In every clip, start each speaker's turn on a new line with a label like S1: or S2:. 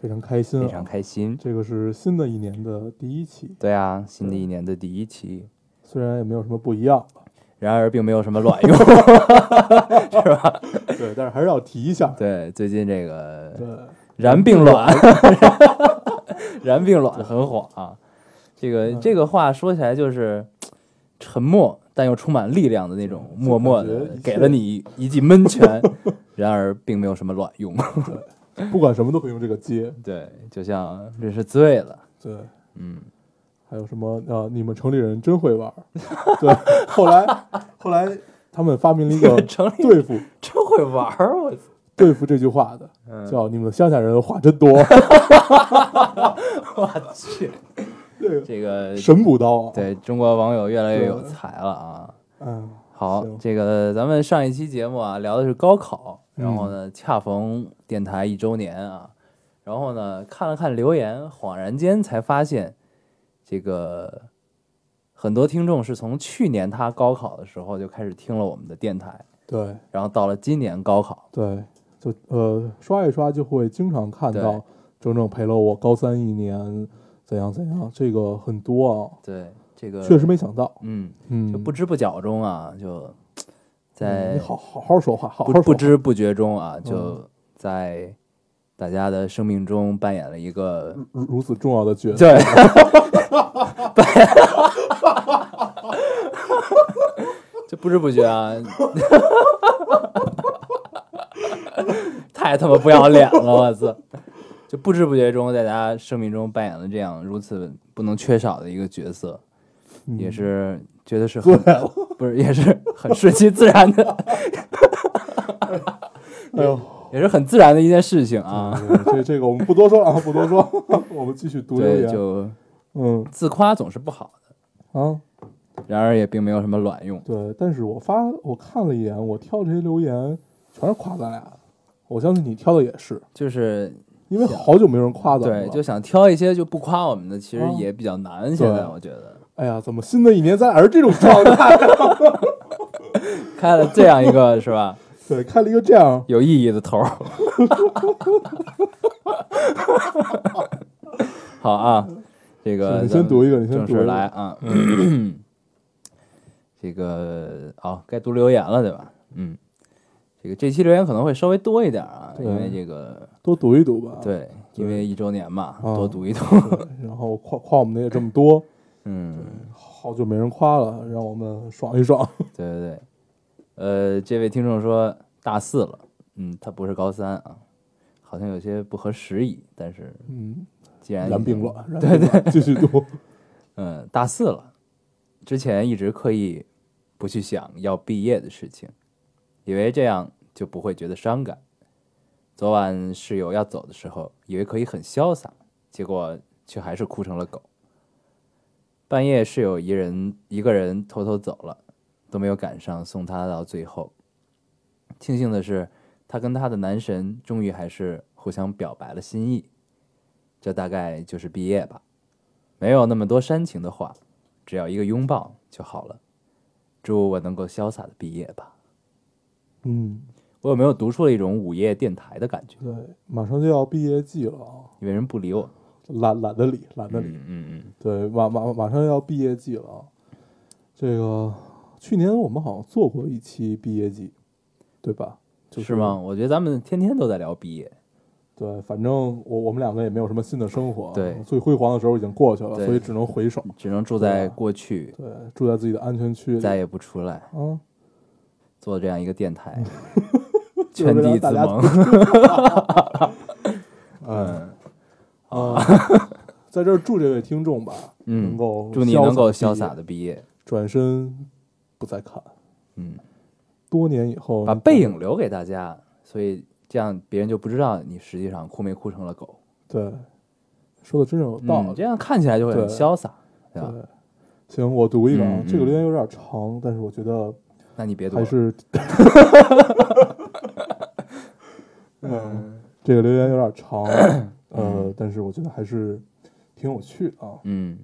S1: 非常开心、啊，
S2: 非常开心。
S1: 这个是新的一年的第一期，
S2: 对啊，新的一年的第一期，
S1: 虽然也没有什么不一样吧，
S2: 然而并没有什么卵用， 是吧？
S1: 对，但是还是要提一下。
S2: 对，最近这个
S1: 对，
S2: 然并卵，嗯然并卵很火啊。这个这个话说起来就是沉默但又充满力量的那种，默默
S1: 就感
S2: 的
S1: 觉一切
S2: 给了你一记闷 拳，然而并没有什么卵用。
S1: 不管什么都可以用这个接。
S2: 对，就像真是醉了，
S1: 对，
S2: 嗯，
S1: 还有什么啊？你们城里人真会玩儿。 对，后来后来他们发明了一个
S2: 城里
S1: 对付
S2: 真会玩儿，我操嗯
S1: 对付这句话的，叫你们乡下人话 真多。
S2: 我去，
S1: 这个
S2: 这个
S1: 神补刀啊！，
S2: 对中国网友越来越有
S1: 对
S2: 才了啊。
S1: 嗯，
S2: 好，
S1: 行
S2: 这个咱们上一期节目啊聊的是高考，然后呢恰逢电台一周年啊，然后呢看了看留言，恍然间才发现，这个很多听众是从去年他高考的时候就开始听了我们的电台，
S1: 对
S2: 然后到了今年高考，
S1: 对，就呃刷一刷就会经常看
S2: 对
S1: 到，整整陪了我高三一年，怎样怎样，这个很多啊。
S2: 对这个
S1: 确实没想到，
S2: 嗯，
S1: 嗯，
S2: 就不知不觉中啊，就在
S1: 你好好好说话，好好
S2: 不
S1: 说话嗯
S2: 不知不觉中啊，就在大家的生命中扮演了一个
S1: 如如此重要的角色，
S2: 对，这不知不觉啊，太他妈不要脸了，我操！就不知不觉中，在大家生命中扮演了这样如此不能缺少的一个角色，
S1: 嗯
S2: 也是觉得是很不是，也是很顺其自然的，
S1: 哎呦，
S2: 也是很自然的一件事情啊。
S1: 对这这个我们不多说了啊， 不多说，我们继续读留
S2: 对，
S1: 言，
S2: 就
S1: 嗯
S2: 自夸总是不好的，
S1: 啊，
S2: 然而也并没有什么卵用。
S1: 对，但是我发我看了一眼，我挑这些留言全是夸咱俩的，我相信你挑的也是，
S2: 就是
S1: 因为好久没有人夸咱们
S2: 对，
S1: 了，
S2: 就想挑一些就不夸我们的，其实
S1: 嗯
S2: 也比较难。现在
S1: 对
S2: 我觉得
S1: 哎呀，怎么新的一年咱俩是这种状态？
S2: 开了这样一个是吧，
S1: 对，开了一个这样，
S2: 有意义的 头儿。好啊，这个
S1: 你先读一个你先
S2: 正
S1: 读
S2: 式
S1: 一个嗯
S2: 来啊。 这个哦，该读留言了对吧？嗯，这个这期留言可能会稍微多一点啊，
S1: 对
S2: 因为这个
S1: 多读一读吧，
S2: 对，因为一周年嘛，
S1: 嗯
S2: 多读一读。
S1: 对，然后夸夸我们的也这么多，
S2: 嗯，
S1: 好久没人夸了，让我们爽一爽，
S2: 对对对，呃，这位听众说大四了，嗯，他不是高三啊，好像有些不合时宜，但是
S1: 嗯。
S2: 既然已
S1: 然
S2: 经
S1: 并，卵，对对，继续 读。
S2: 嗯，大四了，之前一直刻意不去想要毕业的事情，以为这样就不会觉得伤感。昨晚室友要走的时候，以为可以很潇洒，结果却还是哭成了狗。半夜室友一人一个人偷偷走了，都没有赶上送她到最后。庆幸的是，她跟她的男神终于还是互相表白了心意，这大概就是毕业吧。没有那么多煽情的话，只要一个拥抱就好了。祝我能够潇洒的毕业吧。
S1: 嗯，
S2: 我有没有读出了一种午夜电台的感觉？
S1: 对，马上就要毕业季了啊，
S2: 因为人不理我。
S1: 懒懒得理，懒得理。
S2: 嗯嗯、
S1: 对，马马马上要毕业季了啊。这个去年我们好像做过一期毕业季，对吧？就是
S2: 吗？？我觉得咱们天天都在聊毕业，
S1: 对，反正我我们两个也没有什么新的生活，
S2: 对
S1: 最辉煌的时候已经过去了，
S2: 对
S1: 所以只能回首。
S2: 只能住
S1: 啊
S2: 在过去，
S1: 对，住在自己的安全区里。
S2: 再也不出来，
S1: 啊，
S2: 做这样一个 电台，
S1: 就是
S2: 圈
S1: 为了
S2: 地
S1: 让大
S2: 自
S1: 家
S2: 萌。 嗯
S1: 啊 在这儿祝这位听众吧，能
S2: 嗯，
S1: 够
S2: 祝你能够潇
S1: 洒
S2: 洒
S1: 地毕业，
S2: 的毕业。
S1: 转身不再看。
S2: 嗯，
S1: 多年以后，
S2: 把
S1: 你
S2: 背影留给大家，所以这样别人就不知道你实际上哭没哭成了狗。
S1: 对，说的真正有道
S2: 嗯
S1: 理。
S2: 这样看起来就会很
S1: 对
S2: 潇洒，对吧？
S1: 对，行，我读一个啊，
S2: 嗯
S1: 这个
S2: 嗯
S1: 留言有点长，但是我觉得
S2: 那你别读
S1: 还
S2: 了，
S1: 是，嗯，这个留言有点 长，呃，但是我觉得还是挺有趣的啊。
S2: 嗯，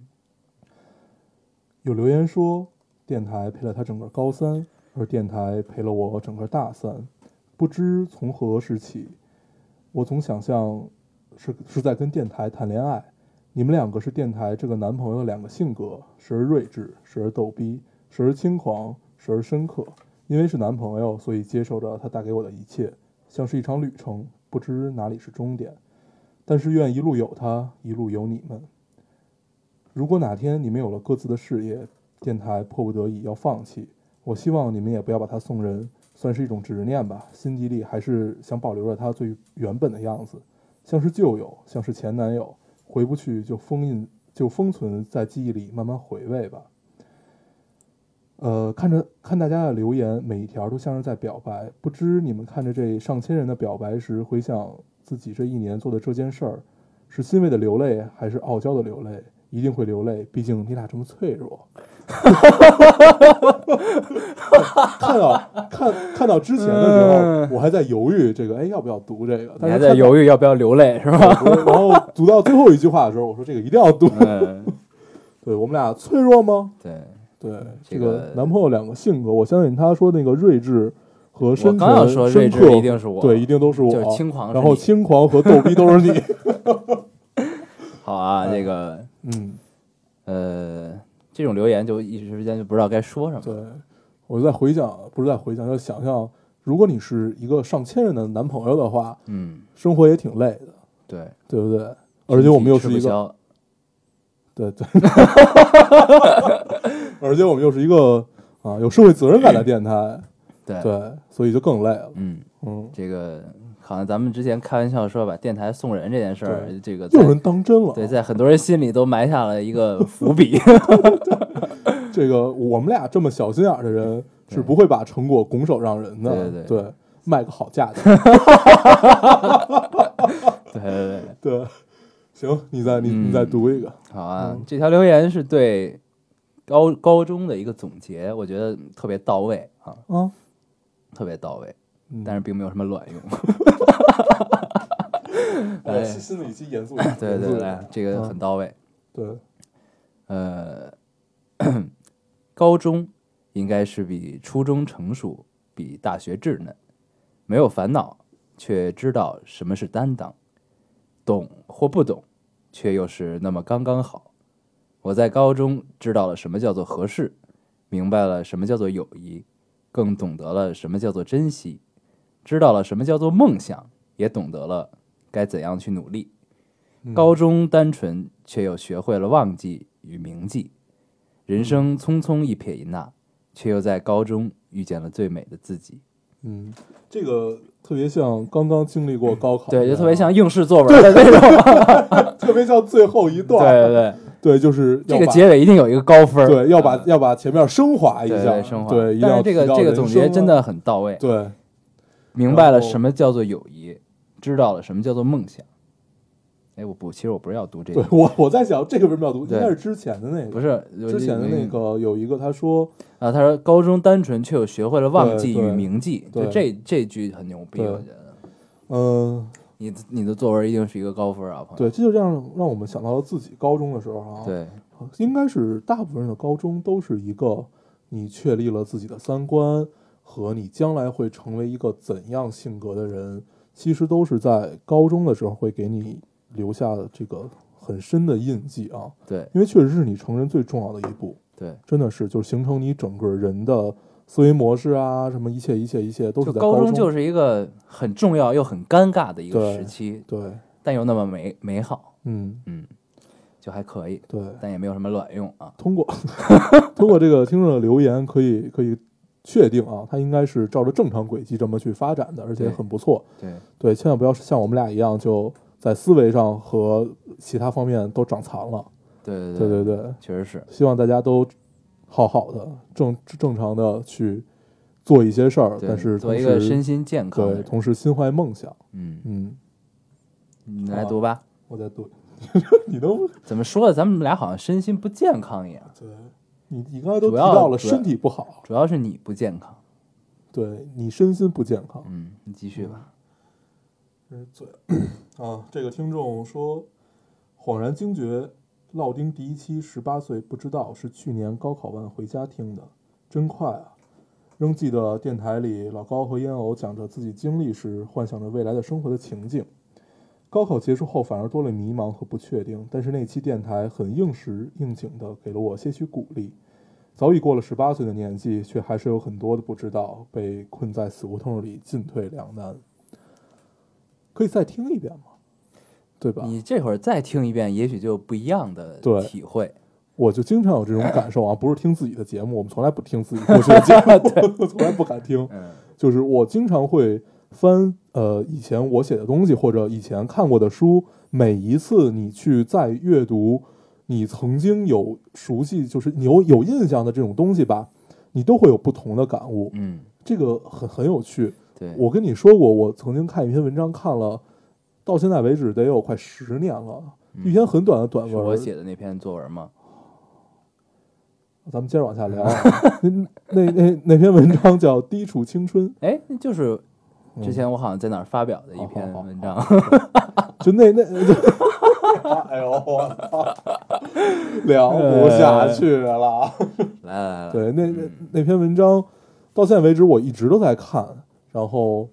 S1: 有留言说，电台陪了他整个高三，而电台陪了我整个大三。不知从何时起，我总想象是是在跟电台谈恋爱。你们两个是电台这个男朋友的两个性格，时而睿智，时而逗逼，时而轻狂，时而深刻。因为是男朋友，所以接受着他带给我的一切，像是一场旅程，不知哪里是终点。但是愿一路有他，一路有你们。如果哪天你们有了各自的事业，电台迫不得已要放弃，我希望你们也不要把它送人，算是一种执念吧。心底里还是想保留着它最原本的样子，像是旧友，像是前男友，回不去就封印，就封存在记忆里，慢慢回味吧。呃，看着看大家的留言，每一条都像是在表白。不知你们看着这上千人的表白时，回想自己这一年做的这件事儿，是欣慰的流泪，还是傲娇的流泪？一定会流泪，毕竟你俩这么脆弱。 看到看看到之前的时候，我还在犹豫这个，哎，要不要读这个？
S2: 嗯你
S1: 但
S2: 还
S1: 是
S2: 在
S1: 看到
S2: 犹豫要不要流泪 是吧？
S1: 我然后读到最后一句话的时候，我说这个一定要 读。
S2: 嗯，
S1: 对我们俩脆弱吗？
S2: 对。
S1: 对，这
S2: 这个
S1: 个男朋友两个性格，我相信他说那个睿智和
S2: 我
S1: 深沉，
S2: 刚要说睿智
S1: 深刻
S2: 一定是我，
S1: 对，一定都是我。
S2: 就是轻狂是
S1: 然后
S2: 你
S1: 轻狂和逗逼都是你。
S2: 好啊，这个
S1: 嗯，
S2: 呃，这种留言就一时之间就不知道该说什么。
S1: 对，我就在回想，不是在回想，就想象，如果你是一个上千人的男朋友的话，
S2: 嗯，
S1: 生活也挺累的，
S2: 对，
S1: 对不对？而且我们又是一
S2: 吃不
S1: 个
S2: 消
S1: 对对， 而且我们又是一个啊有社会责任感的电台，
S2: 对，
S1: 对，所以就更累了。
S2: 嗯，
S1: 嗯，
S2: 这个好像咱们之前开玩笑说把电台送人这件事儿
S1: 对，
S2: 这个在
S1: 又有人当真了。
S2: 对在很多人心里都埋下了一个 伏笔。
S1: 这个我们俩这么小心眼儿的人是不会把成果拱手让人的。
S2: 对对
S1: 对，卖个好价 钱。
S2: 对对对，
S1: 对，行，你再你
S2: 嗯
S1: 你再读一个。
S2: 好啊，
S1: 嗯
S2: 这条留言是对高高中的一个总结，我觉得特别到位啊，
S1: 啊，
S2: 特别到位，
S1: 嗯
S2: 但是并没有什么卵用。
S1: 我心心里去严肃一下。
S2: 哎对
S1: 严肃
S2: 对
S1: 一下
S2: 对，这个很到位。
S1: 对，
S2: 呃， 高中应该是比初中成熟，比大学稚嫩，没有烦恼，却知道什么是担当，懂或不懂，却又是那么刚刚好。我在高中知道了什么叫做合适，明白了什么叫做友谊，更懂得了什么叫做珍惜，知道了什么叫做梦想，也懂得了该怎样去努力。
S1: 嗯
S2: 高中单纯，却又学会了忘记与铭记。人生匆匆一瞥一捺，却又在高中遇见了最美的自己。
S1: 嗯，这个特别像刚刚经历过高考的人啊，
S2: 对，就特别像应试 作文的那种。
S1: 特别像最后一
S2: 对
S1: 段。
S2: 对对，
S1: 对，就是
S2: 这
S1: 要
S2: 个
S1: 把
S2: 结尾一定有一个高分儿。
S1: 对，要把要把前面升华一
S2: 对
S1: 下，
S2: 对升华。
S1: 对，一定
S2: 但
S1: 要
S2: 是这个
S1: 提到
S2: 这个
S1: 人
S2: 总结
S1: 生
S2: 真
S1: 啊
S2: 的很到位，
S1: 对，
S2: 明白了
S1: 然后
S2: 什么叫做友谊，知道了什么叫做梦想。哎，我不，其实我不是要读这
S1: 对
S2: 个，
S1: 我我在想这个为什么要读，应
S2: 对
S1: 该是之前的那个，
S2: 不是
S1: 之前的那个有一个他说，
S2: 啊，他说高中单纯，却又学会了忘
S1: 对
S2: 记与
S1: 对
S2: 铭记。就
S1: 对
S2: 这这句很牛逼，
S1: 对
S2: 我觉得。
S1: 嗯，
S2: 你你的作文一定是一个高分啊，朋友。
S1: 对，这就让让我们想到了自己高中的时候啊，，
S2: 对
S1: 应该是大部分人的高中都是一个你确立了自己的三观和你将来会成为一个怎样性格的人，其实都是在高中的时候会给你留下这个很深的印记啊，
S2: 对
S1: 因为确实是你成人最重要的一步。
S2: 对，
S1: 真的是，就是形成你整个人的思维模式啊，什么一切一切一切都是
S2: 就
S1: 在
S2: 高
S1: 中。
S2: 中就是一个很重要又很尴尬的一个
S1: 对
S2: 时期，
S1: 对，
S2: 但又那么美美好，
S1: 嗯，
S2: 嗯，就还可以，
S1: 对。
S2: 但也没有什么卵用啊。
S1: 通过 通过这个听众的留言，可以可以确定啊，他应该是照着正常轨迹这么去发展的，而且
S2: 对
S1: 很不错。
S2: 对
S1: 对，千万不要像我们俩一样，就在思维上和其他方面都长残了。
S2: 对
S1: 对
S2: 对
S1: 对对，
S2: 确实是，
S1: 希望大家都好好的、正正常的去做一些事儿，
S2: 对
S1: 但是
S2: 做
S1: 同
S2: 一个
S1: 时
S2: 身心健康的
S1: 对，
S2: 人，
S1: 同时心怀梦想。
S2: 嗯，
S1: 嗯，
S2: 你来
S1: 好啊
S2: 读吧。
S1: 我在读。 你都
S2: 怎么说？咱们俩好像身心不健康一样，
S1: 对，你你刚才都
S2: 主
S1: 提
S2: 要
S1: 到了
S2: 主要
S1: 身体不好，
S2: 主要是你不健康。
S1: 对你身心不健康。
S2: 嗯，你继续吧。
S1: 这是最嗯啊，这个听众说，恍然惊觉，烙丁第一期十八岁不知道是去年高考完回家听的，真快啊！仍记得电台里老高和烟偶讲着自己经历时，幻想着未来的生活的情景。高考结束后反而多了迷茫和不确定，但是那期电台很应时应景的给了我些许鼓励。早已过了十八岁的年纪，却还是有很多的不知道，被困在死胡同里，进退两难。可以再听一遍吗？对吧？
S2: 你这会儿再听一遍，也许就有不一样的
S1: 嗯对
S2: 体会。
S1: 我就经常有这种感受啊，不是听自己的节目，我们从来不听自己过去的节目，从来不敢听。
S2: 嗯
S1: 就是 我经常会翻呃以前我写的东西或者以前看过的书，每一次你去再阅读你曾经有熟悉，就是你有有印象的这种东西吧，你都会有不同的感悟，
S2: 嗯，
S1: 这个很很有趣。
S2: 对，
S1: 我跟你说过，我曾经看一篇文章，看了到现在为止得有快十年了，
S2: 嗯
S1: 一篇很短的短
S2: 是
S1: 文，
S2: 我写的那篇作文吗？
S1: 咱们接着往下聊啊。 那那那那篇文章叫《低处青春
S2: 哎，那就是之前我好像在哪儿发表的一篇
S1: 嗯好好好
S2: 文章。》，
S1: 就那那， 哎呦我操，聊不下去了。
S2: 来来来，来，
S1: 呃对，那那那篇文章到现在为止我一直都在看，然后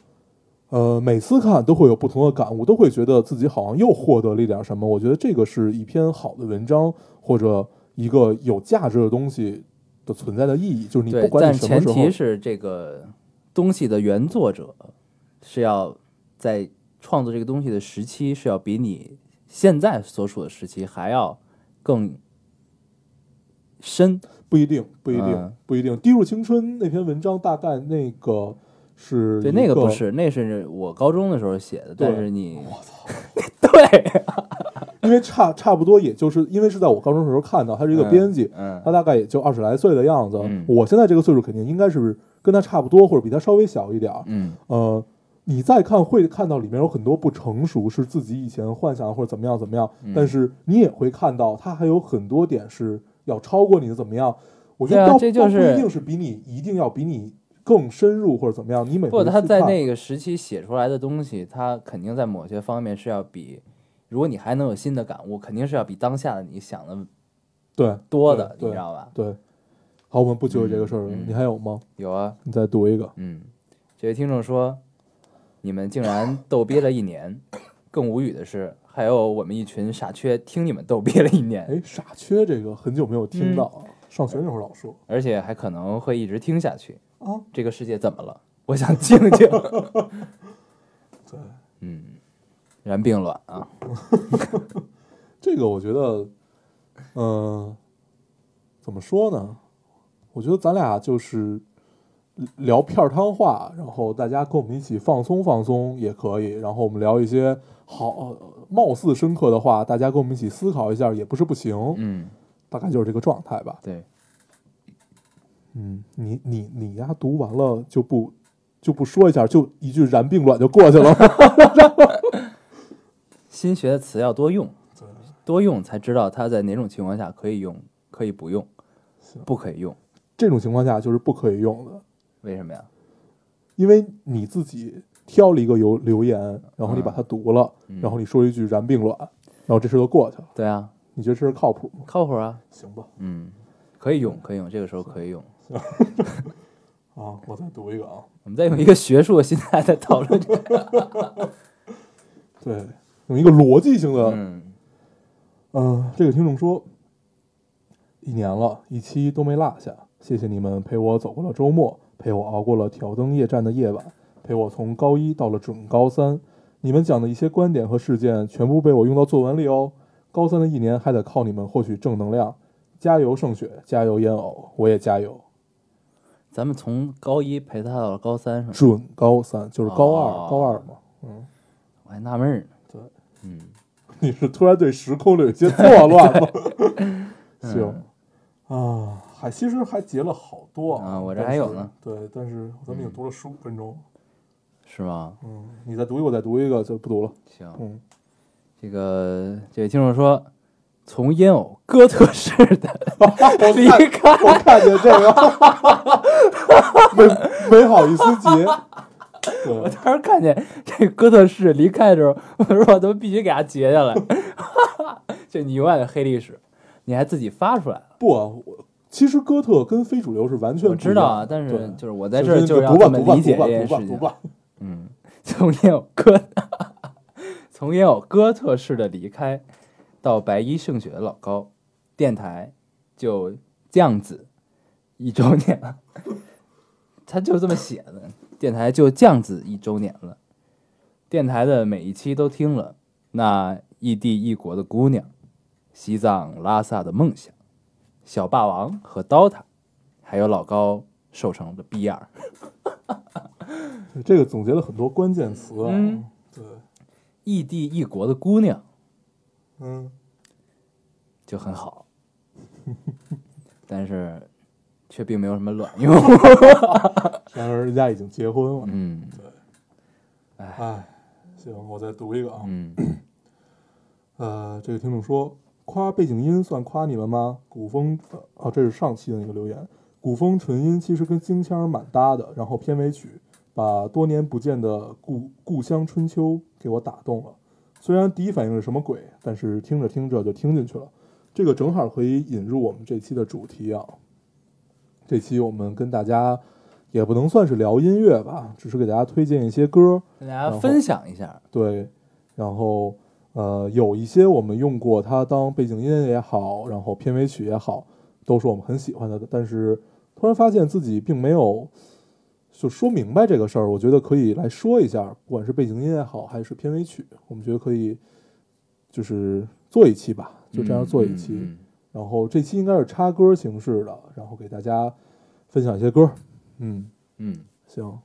S1: 呃每次看都会有不同的感悟，都会觉得自己好像又获得了一点什么。我觉得这个是一篇好的文章或者一个有价值的东西的存在的意义，就是你不
S2: 对，
S1: 管
S2: 但
S1: 你什么
S2: 前
S1: 时候
S2: 提是这个东西的原作者是要在创作这个东西的时期是要比你现在所处的时期还要更深。
S1: 不一定，不一定，
S2: 嗯
S1: 不一定。《滴入青春》那篇文章大概那个是
S2: 对，
S1: 一
S2: 那
S1: 个
S2: 个不，是，那是我高中的时候写的，
S1: 对
S2: 但是你，我操，对，
S1: 因为差差不多，也就是因为是在我高中的时候看到，他是一个编辑，
S2: 嗯
S1: 他大概也就二十来岁的样子。
S2: 嗯
S1: 我现在这个岁数肯定应该是跟他差不多，或者比他稍微小一点儿。
S2: 嗯，
S1: 呃，你再看会看到里面有很多不成熟，是自己以前幻想或者怎么样怎么样，
S2: 嗯
S1: 但是你也会看到他还有很多点是要超过你的怎么样。我觉
S2: 对
S1: 得
S2: 啊
S1: 倒
S2: 这
S1: 倒
S2: 就
S1: 不
S2: 是
S1: 一定是比你一定要比你更深入或者怎么样。你每
S2: 不，
S1: 回
S2: 他
S1: 去
S2: 在
S1: 看
S2: 那个时期写出来的东西，他肯定在某些方面是要比，如果你还能有新的感悟，肯定是要比当下的你想的
S1: 对
S2: 多的，
S1: 对
S2: 你
S1: 对
S2: 知道吧？
S1: 对。好，我们不纠结这个事儿了。
S2: 嗯
S1: 你还有吗？
S2: 有啊，
S1: 你再读一个。
S2: 嗯，这位听众说，你们竟然逗憋了一年，更无语的是，还有我们一群傻缺听你们逗憋了一年，
S1: 哎，傻缺这个很久没有听到，
S2: 嗯
S1: 啊，上学那会儿老说
S2: 而且还可能会一直听下去。
S1: 啊。
S2: 这个世界怎么了？我想静静。
S1: 对，
S2: 嗯，然并卵啊，
S1: 这个我觉得，嗯，怎么说呢？我觉得咱俩就是聊片儿汤话，然后大家跟我们一起放松放松也可以，然后我们聊一些好呃貌似深刻的话，大家跟我们一起思考一下也不是不行，
S2: 嗯，
S1: 大概就是这个状态吧。
S2: 对，
S1: 嗯，你你你丫读完了就不就不说一下，就一句“然并卵”就过去了。
S2: 新学的词要多用，多用才知道它在哪种情况下可以用，可以不用，不可以用，
S1: 这种情况下就是不可以用的，
S2: 为什么呀？
S1: 因为你自己挑了一个留留言，然后你把它读了，然后你说一句“然并卵”，然后这事儿就过去了。
S2: 对啊，
S1: 你觉得这事儿靠谱吗？
S2: 靠谱啊，
S1: 行吧，
S2: 嗯，可以用，可以用，这个时候可以用。
S1: 啊，我再读一个啊，
S2: 我们再用一个学术的心态在讨论这个。
S1: 对，用一个逻辑性的
S2: 嗯，
S1: 嗯，这个听众说，一年了，一期都没落下，谢谢你们陪我走过了周末，陪我熬过了挑灯夜战的夜晚，陪我从高一到了准高三。你们讲的一些观点和事件，全部被我用到作文里哦。高三的一年还得靠你们获取正能量，加油盛雪，加油烟偶，我也加油。
S2: 咱们从高一陪他到了高三是吗？
S1: 准高三就是高二，
S2: 哦
S1: 高二嘛，嗯，
S2: 我还纳闷儿呢。
S1: 对，
S2: 嗯，
S1: 你是突然对时空有些错乱 吗？行啊，还其实还截了好多
S2: 嗯啊我这还有呢。嗯
S1: 但是对，但是咱们已经读了十五分钟。
S2: 是吗？
S1: 嗯，你再读一个，我再读一个，就不读了。
S2: 行，
S1: 嗯，
S2: 这这个这位听众说，从烟偶哥特式的离开，
S1: 我看见这 个，没没好意思截。
S2: 我
S1: 对，
S2: 当时看见这哥特式离开的时候，我说我都必须给他截下来， 这你永远的黑历史，你还自己发出来了，
S1: 不啊，我其实哥特跟非主流是完全
S2: 我
S1: 不一
S2: 知
S1: 样
S2: 道啊，但
S1: 对
S2: 是就是我
S1: 就
S2: 在这儿
S1: 就是读
S2: 让
S1: 吧
S2: 他
S1: 读
S2: 们
S1: 吧
S2: 理解
S1: 读
S2: 这
S1: 吧
S2: 件
S1: 读吧
S2: 事
S1: 读
S2: 情。
S1: 吧，
S2: 嗯，从也有哥，从也有哥特式的离开，到白衣胜雪的老高，电台就酱子一周年了， 他就这么写的，电台就酱子一周年了，电台的每一期都听了，那异地异国的姑娘，西藏拉萨的梦想，小霸王和刀塔，还有老高瘦成了逼样儿。
S1: 这个总结了很多关键词啊。
S2: 嗯
S1: 对，
S2: 异地异国的姑娘
S1: 嗯，
S2: 就很好，但是却并没有什么卵用。
S1: 然而人家已经结婚了。
S2: 嗯
S1: 唉，行，我再读一个啊。
S2: 嗯，
S1: 呃，这个听众说，夸背景音算夸你们吗？古风，呃啊，这是上期的一个留言。古风纯音其实跟京腔儿蛮搭的，然后片尾曲把多年不见的故故乡春秋给我打动了。虽然第一反应是什么鬼，但是听着听着就听进去了。这个正好可以引入我们这期的主题啊。这期我们跟大家也不能算是聊音乐吧，只是给大家推荐一些歌儿，
S2: 跟大家分享一下，
S1: 对，然后呃，有一些我们用过它当背景音也好，然后片尾曲也好，都是我们很喜欢的。但是突然发现自己并没有就说明白这个事儿，我觉得可以来说一下，不管是背景音也好，还是片尾曲，我们觉得可以就是做一期吧，就这样做一期。
S2: 嗯
S1: 然后这期应该是插歌形式的，然后给大家分享一些歌。嗯，
S2: 嗯，嗯
S1: 行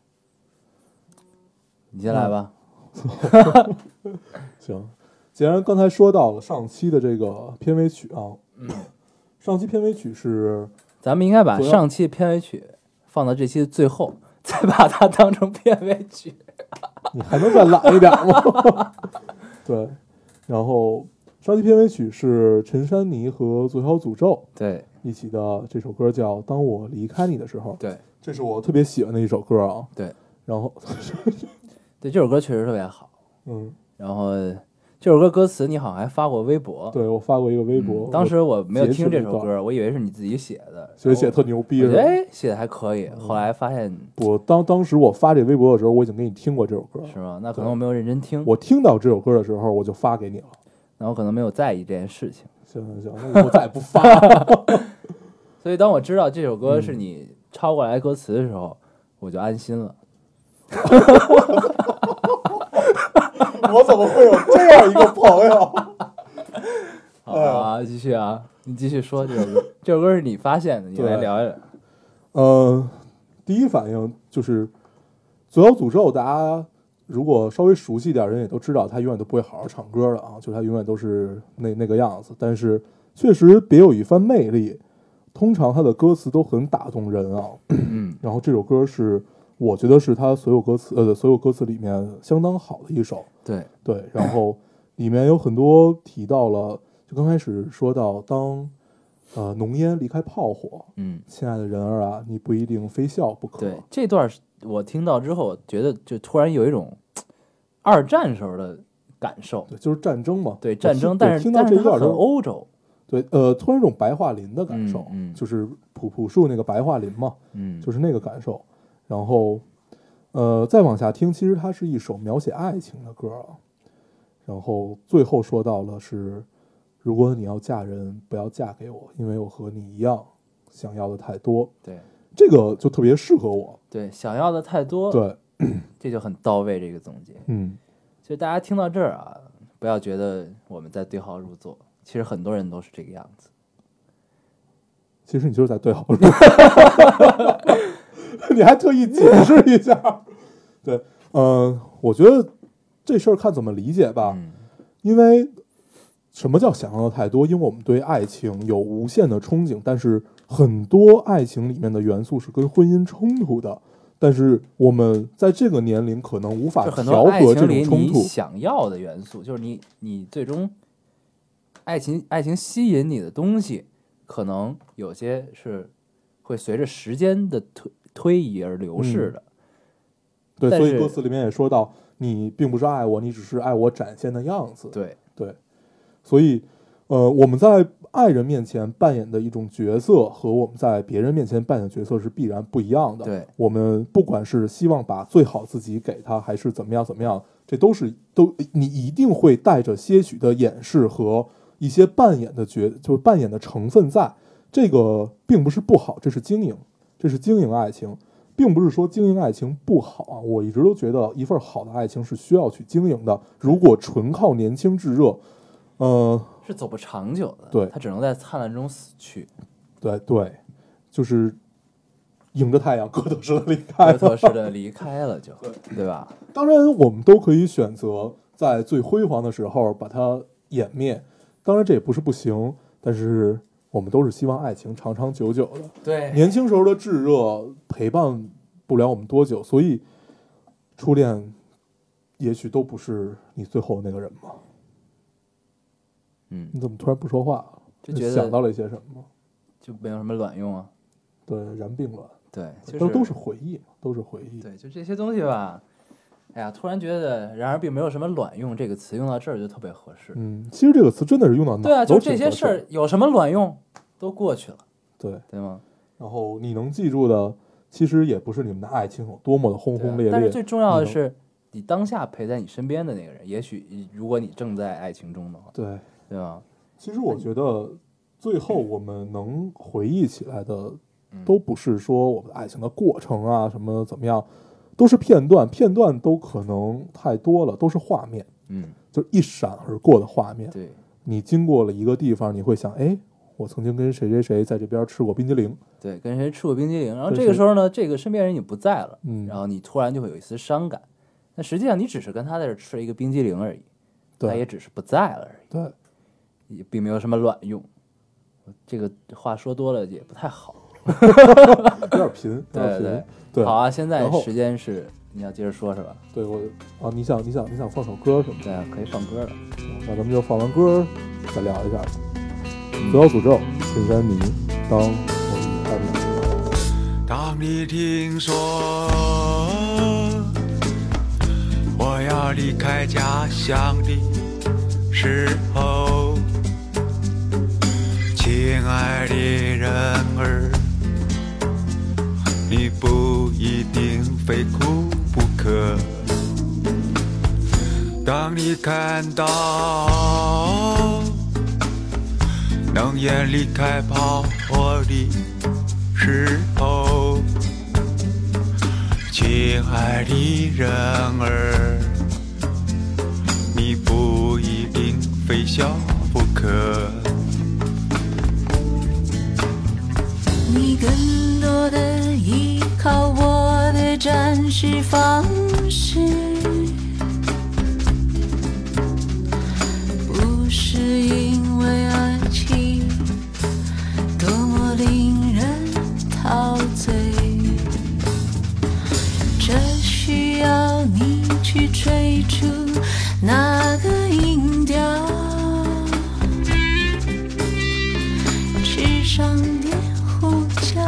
S2: 你先来吧。
S1: 嗯行。既然刚才说到了上期的这个片尾曲啊，
S2: 嗯
S1: 上期片尾曲是
S2: 咱们应该把
S1: 主要
S2: 上期的片尾曲放到这期的最后， 再把它当成片尾曲。
S1: 你还能再懒一点吗？ 对，然后上期片尾曲是陈珊妮和左小诅咒
S2: 对
S1: 一起的，这首歌叫《当我离开你的时候》，
S2: 对
S1: 这是我特别喜欢的一首歌啊。
S2: 对
S1: 然后，
S2: 对，这首歌确实特别好。
S1: 嗯，
S2: 然后这首歌歌词你好像还发过微博，
S1: 对我发过一个微博，
S2: 嗯当时我没有
S1: 截取
S2: 听这
S1: 了一
S2: 首
S1: 段
S2: 歌，我以为是你自己写的，
S1: 觉得写得特牛逼，
S2: 我
S1: 是
S2: 觉
S1: 吧
S2: 得哎写的还可以，后来发现
S1: 我当当时我发这微博的时候，我已经给你听过这首歌了。
S2: 是吗？那可能我没有认真听，
S1: 我听到这首歌的时候，我就发给你了。
S2: 然后可能没有在意这件事情。
S1: 行行行，那我以后再也不发 了。
S2: 所以当我知道这首歌是你抄过来歌词的时候，我就安心了。
S1: 我怎么会有这样一个朋友？
S2: 好
S1: 哎
S2: 啊，继续啊，你继续说这首歌。这首歌是你发现的，你来
S1: 对
S2: 聊一聊。
S1: 呃，第一反应就是左小诅咒，大家如果稍微熟悉一点儿人也都知道，他永远都不会好好唱歌的啊，就他永远都是那那个样子。但是确实别有一番魅力，通常他的歌词都很打动人啊。
S2: 嗯
S1: 然后这首歌是我觉得是他所有歌词呃所有歌词里面相当好的一首。
S2: 对，
S1: 对，然后里面有很多提到了，就刚开始说到当呃浓烟离开炮火，
S2: 嗯，
S1: 亲爱的人儿啊，你不一定非笑不可。
S2: 对，这段是我听到之后，我觉得就突然有一种嘖二战时候的感受。
S1: 对就是战争嘛。
S2: 对
S1: 我
S2: 战
S1: 听
S2: 争，
S1: 我
S2: 但是
S1: 听到
S2: 但
S1: 这
S2: 是
S1: 一
S2: 它
S1: 段
S2: 很
S1: 时候，
S2: 欧洲，
S1: 对，呃，突然一种白桦林的感
S2: 嗯
S1: 受，
S2: 嗯
S1: 就是朴朴树那个白桦林嘛，
S2: 嗯，
S1: 就是那个感受。然后，呃，再往下听，其实它是一首描写爱情的歌啊。然后最后说到了是，如果你要嫁人，不要嫁给我，因为我和你一样，想要的太多。
S2: 对
S1: 这个就特别适合我。
S2: 对，想要的太多，
S1: 对，
S2: 这就很到位这个总结。
S1: 嗯，
S2: 就大家听到这儿啊，不要觉得我们在对号入座，其实很多人都是这个样子。
S1: 其实你就是在对号入座， 你还特意解释一下。对，呃，我觉得这事儿看怎么理解吧，
S2: 嗯
S1: 因为什么叫想要的太多？因为我们对爱情有无限的憧憬，但是很多爱情里面的元素是跟婚姻冲突的。但是我们在这个年龄可能无法
S2: 就很
S1: 啊调
S2: 多爱
S1: 和这
S2: 情
S1: 种
S2: 里
S1: 冲
S2: 你
S1: 突。
S2: 想要的元素，就是你你最终爱情爱情吸引你的东西，可能有些是会随着时间的推推移而流
S1: 嗯
S2: 逝的。
S1: 对，
S2: 但
S1: 所以
S2: 是
S1: 歌词里面也说到，你并不是爱我，你只是爱我展现的样子。
S2: 对，
S1: 对，所以，呃，我们在爱人面前扮演的一种角色和我们在别人面前扮演的角色是必然不一样的。
S2: 对
S1: 我们不管是希望把最好自己给他，还是怎么样怎么样，这都是都你一定会带着些许的掩饰和一些扮演的角，就是扮演的成分在。这个并不是不好，这是经营，这是经营爱情。并不是说经营爱情不好啊，我一直都觉得一份好的爱情是需要去经营的。如果纯靠年轻炙热，呃，
S2: 是走不长久的。
S1: 对
S2: 它只能在灿烂中 死去。
S1: 对对，就是迎着太阳，哥德式的离开
S2: 格。特式的离开了就，对吧？
S1: 当然，我们都可以选择在最辉煌的时候把它掩灭，当然这也不是不行，但是我们都是希望爱情长长久久的。
S2: 对，
S1: 年轻时候的炙热陪伴不了我们多久，所以初恋也许都不是你最后那个人嘛。
S2: 嗯，
S1: 你怎么突然不说话了？
S2: 就
S1: 你
S2: 觉得
S1: 想到了一些什么吗？
S2: 就没有什么卵用啊。
S1: 对，然并卵，
S2: 对，就是
S1: 都都是回忆嘛，都是回忆。
S2: 对，就这些东西吧。哎呀，突然觉得，然而并没有什么“卵用”这个词用到这儿就特别合适。
S1: 嗯，其实这个词真的是用到哪
S2: 对啊，
S1: 儿都
S2: 就
S1: 挺
S2: 这
S1: 合
S2: 些
S1: 适
S2: 事儿有什么卵用？都过去了，
S1: 对，
S2: 对吗？
S1: 然后你能记住的，其实也不是你们的爱情有多么的轰
S2: 对啊
S1: 轰烈
S2: 但是
S1: 烈，嗯
S2: 最重要
S1: 你
S2: 的
S1: 能
S2: 是，你当下陪在你身边的那个人，也许如果你正在爱情中的话，
S1: 对，
S2: 对吧？
S1: 其实我觉得，最后我们能回忆起来的，
S2: 嗯
S1: 都不是说我们爱情的过程啊，什么怎么样，都是片段，片段都可能太多了，都是画面，
S2: 嗯，
S1: 就是一闪而过的画面。
S2: 对，
S1: 你经过了一个地方，你会想，哎，我曾经跟谁谁谁在这边吃过冰激凌，
S2: 对，跟谁吃过冰激凌，然后
S1: 对
S2: 这个
S1: 是
S2: 时候呢，这个身边人已经不在了，
S1: 嗯
S2: 然后你突然就会有一丝伤感。但实际上，你只是跟他在这儿吃了一个冰激凌而已，他也
S1: 对
S2: 只是不在了而已。
S1: 对，
S2: 也并没有什么卵用。这个话说多了也不太好。
S1: 有点贫，有点
S2: 对
S1: 贫
S2: 对，
S1: 对，
S2: 好啊，现在
S1: 然后
S2: 时间是你要接着说是吧？
S1: 对我啊，你想你想你想放首歌什么的。
S2: 对啊，可以放歌了。
S1: 那咱们就放完歌儿再聊一下。
S2: 嗯
S1: 左小诅咒，深山迷，当我们爱不了。
S3: 当你听说我要离开家乡的时候，亲爱的人儿，你不一定非哭不可。当你看到能眼离开炮火的时候，亲爱的人儿，你不一定非笑不可。
S4: 你更多的依靠我的展示方式，不是因为爱情多么令人陶醉，这需要你去追逐那个音调。吃上点胡椒。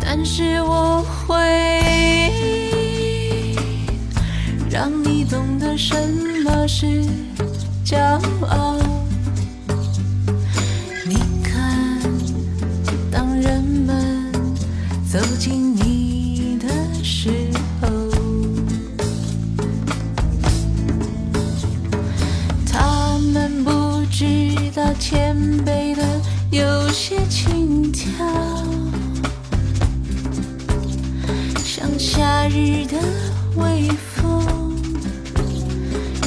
S4: 但是我会让你懂得什么是骄傲。你看，当人们走进你的时候，他们不知道谦卑的有些轻佻。像夏日的微风，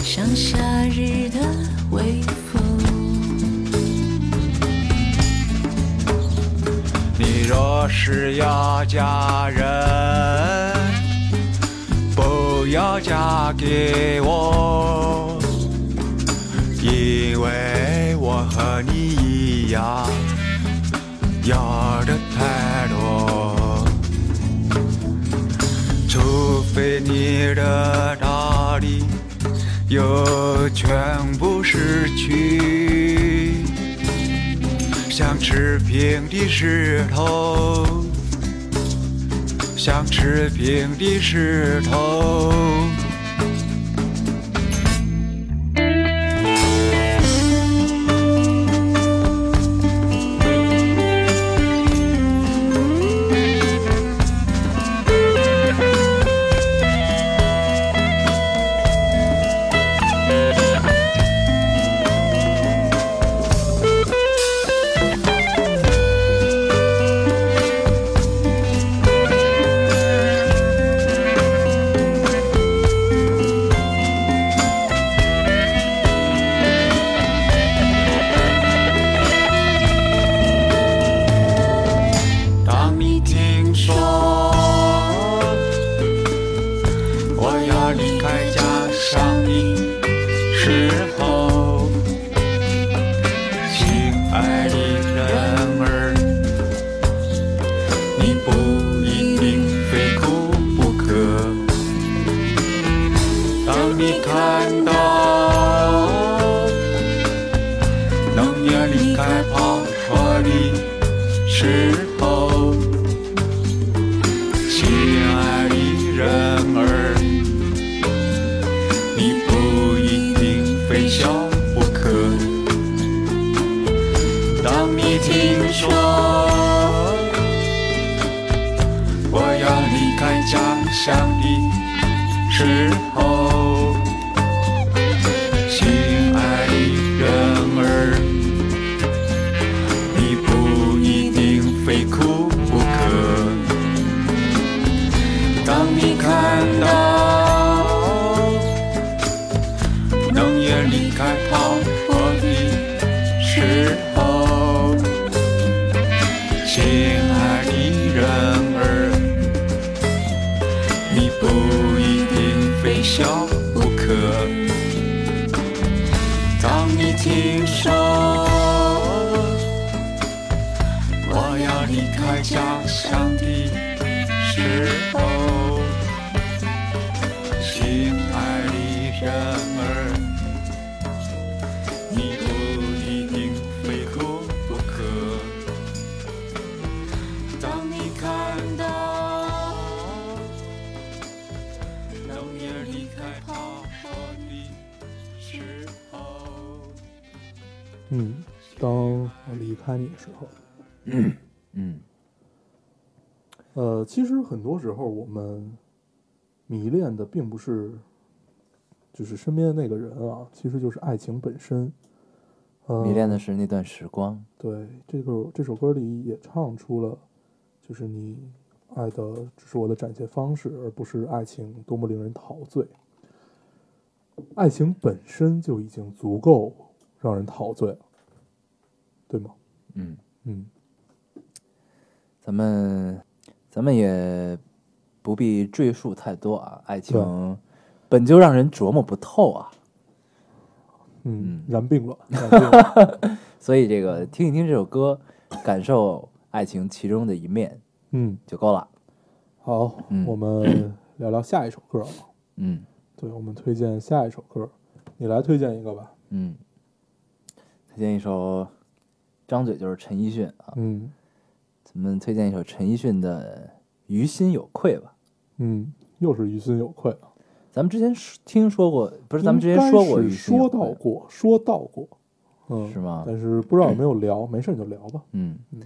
S4: 像
S5: 若是要嫁人，不要嫁给我，因为我和你一样，要的太多。除非你的道理又全部失去，像持平的石头，像持平的石头。当你听说我要离开家乡的时候，亲爱的人儿，你不一定非哭不可。当你看到能也离开跑车的。时候，亲爱的人儿，你不一定非笑不可。当你听说我要离开家乡的时候，亲爱的人儿。你不一定非哭不可。当你看到能也离开跑我的时候，亲爱的人儿，你不一定非笑不可。当你听说。我要离开家乡的时候，亲爱的人儿，你不一定非哭不可。当你看到能也离开跑我的时候。
S1: 嗯，当我离开你的时候，
S2: 嗯，
S1: 呃，其实很多时候我们迷恋的并不是就是身边的那个人啊，其实就是爱情本身。呃、
S2: 迷恋的是那段时光。
S1: 对，这个这首歌里也唱出了，就是你爱的只是我的展现方式，而不是爱情多么令人陶醉。爱情本身就已经足够让人陶醉了，对吗？
S2: 嗯，
S1: 嗯，
S2: 咱们咱们也不必赘述太多啊，爱情本就让人琢磨不透啊，
S1: 嗯，燃并卵，燃并卵。
S2: 所以这个听一听这首歌，感受爱情其中的一面
S1: 嗯，
S2: 就够了。
S1: 好，
S2: 嗯
S1: 我们聊聊下一首歌吧。啊
S2: 嗯
S1: 对，我们推荐下一首歌，你来推荐一个吧。
S2: 嗯，推荐一首，张嘴就是陈奕迅啊，
S1: 嗯
S2: 咱们推荐一首陈奕迅的《于心有愧》吧。
S1: 嗯，又是于心有愧啊。
S2: 咱们之前说听说过，不
S1: 不
S2: 是咱们之前说过于心有
S1: 说
S2: 愧
S1: 到过，说到过，嗯，
S2: 是吗
S1: 但是不知道有没有聊，没事你就聊吧。
S2: 嗯
S1: 嗯，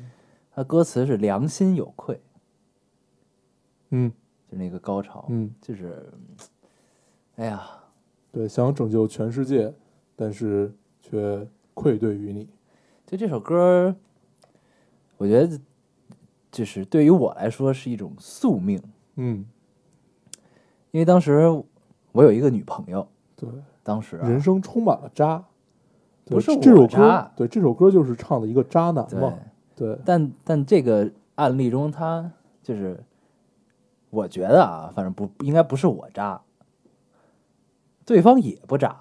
S2: 他歌词是良心有愧，
S1: 嗯
S2: 就那个高潮，
S1: 嗯，
S2: 就是，嗯哎呀，
S1: 对，想拯救全世界，但是却愧对于你。
S2: 就这首歌，我觉得就是对于我来说是一种宿命，
S1: 嗯，
S2: 因为当时我有一个女朋友，
S1: 对，
S2: 当时、啊、
S1: 人生充满了渣。对
S2: 不是
S1: 这
S2: 我
S1: 首
S2: 渣
S1: 歌，对这首歌就是唱的一个渣男
S2: 对
S1: 嘛，。对，
S2: 但但这个案例中，他就是我觉得啊，反正不应该不是我渣，对方也不渣，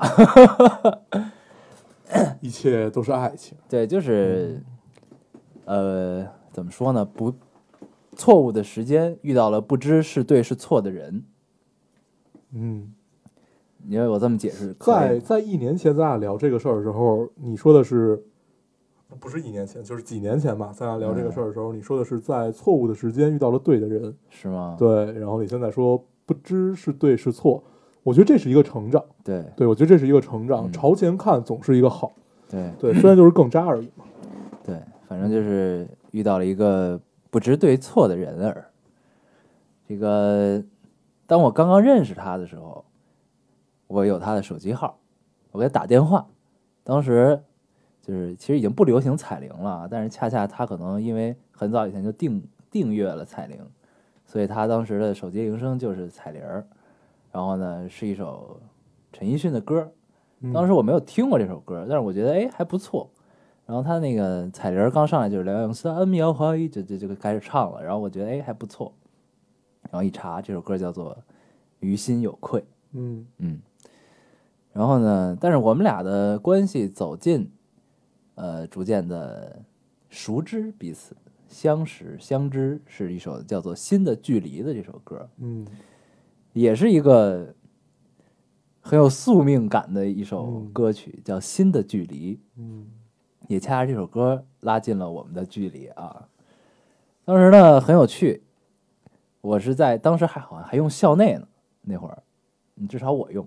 S1: 一切都是爱情。
S2: 对，就是，
S1: 嗯
S2: 呃，怎么说呢？不，错误的时间遇到了不知是对是错的人，
S1: 嗯，
S2: 你要我这么解释可以
S1: 在
S2: 吗？
S1: 在一年前咱俩聊这个事儿的时候，你说的是，不是一年前，就是几年前吧？咱俩聊
S2: 嗯
S1: 这个事儿的时候，你说的是在错误的时间遇到了对的人，
S2: 是吗？
S1: 对。然后你现在说不知是对是错，我觉得这是一个成长，
S2: 对
S1: 对我觉得这是一个成长，
S2: 嗯
S1: 朝前看总是一个好，
S2: 对
S1: 对，虽然就是更渣而已嘛。
S2: 对，反正就是遇到了一个不知对错的人儿。这个，当我刚刚认识他的时候，我有他的手机号，我给他打电话。当时就是其实已经不流行彩铃了，啊但是恰恰他可能因为很早以前就订订阅了彩铃，所以他当时的手机铃声就是彩铃儿。然后呢，是一首陈奕迅的歌儿，
S1: 嗯
S2: 当时我没有听过这首歌，但是我觉得哎还不错。然后他那个彩铃儿刚上来就是两三秒回，就就就开始唱了。然后我觉得哎还不错，然后一查这首歌叫做《于心有愧》，
S1: 嗯
S2: 嗯。然后呢，但是我们俩的关系走进，呃，逐渐的熟知彼此，相识相知，是一首叫做《新的距离》的这首歌。
S1: 嗯
S2: 也是一个很有宿命感的一首
S1: 嗯
S2: 歌曲，叫《新的距离》，
S1: 嗯
S2: 也恰恰这首歌拉近了我们的距离啊。当时呢很有趣，我是在当时还好像还用校内呢，那会儿，嗯至少我用。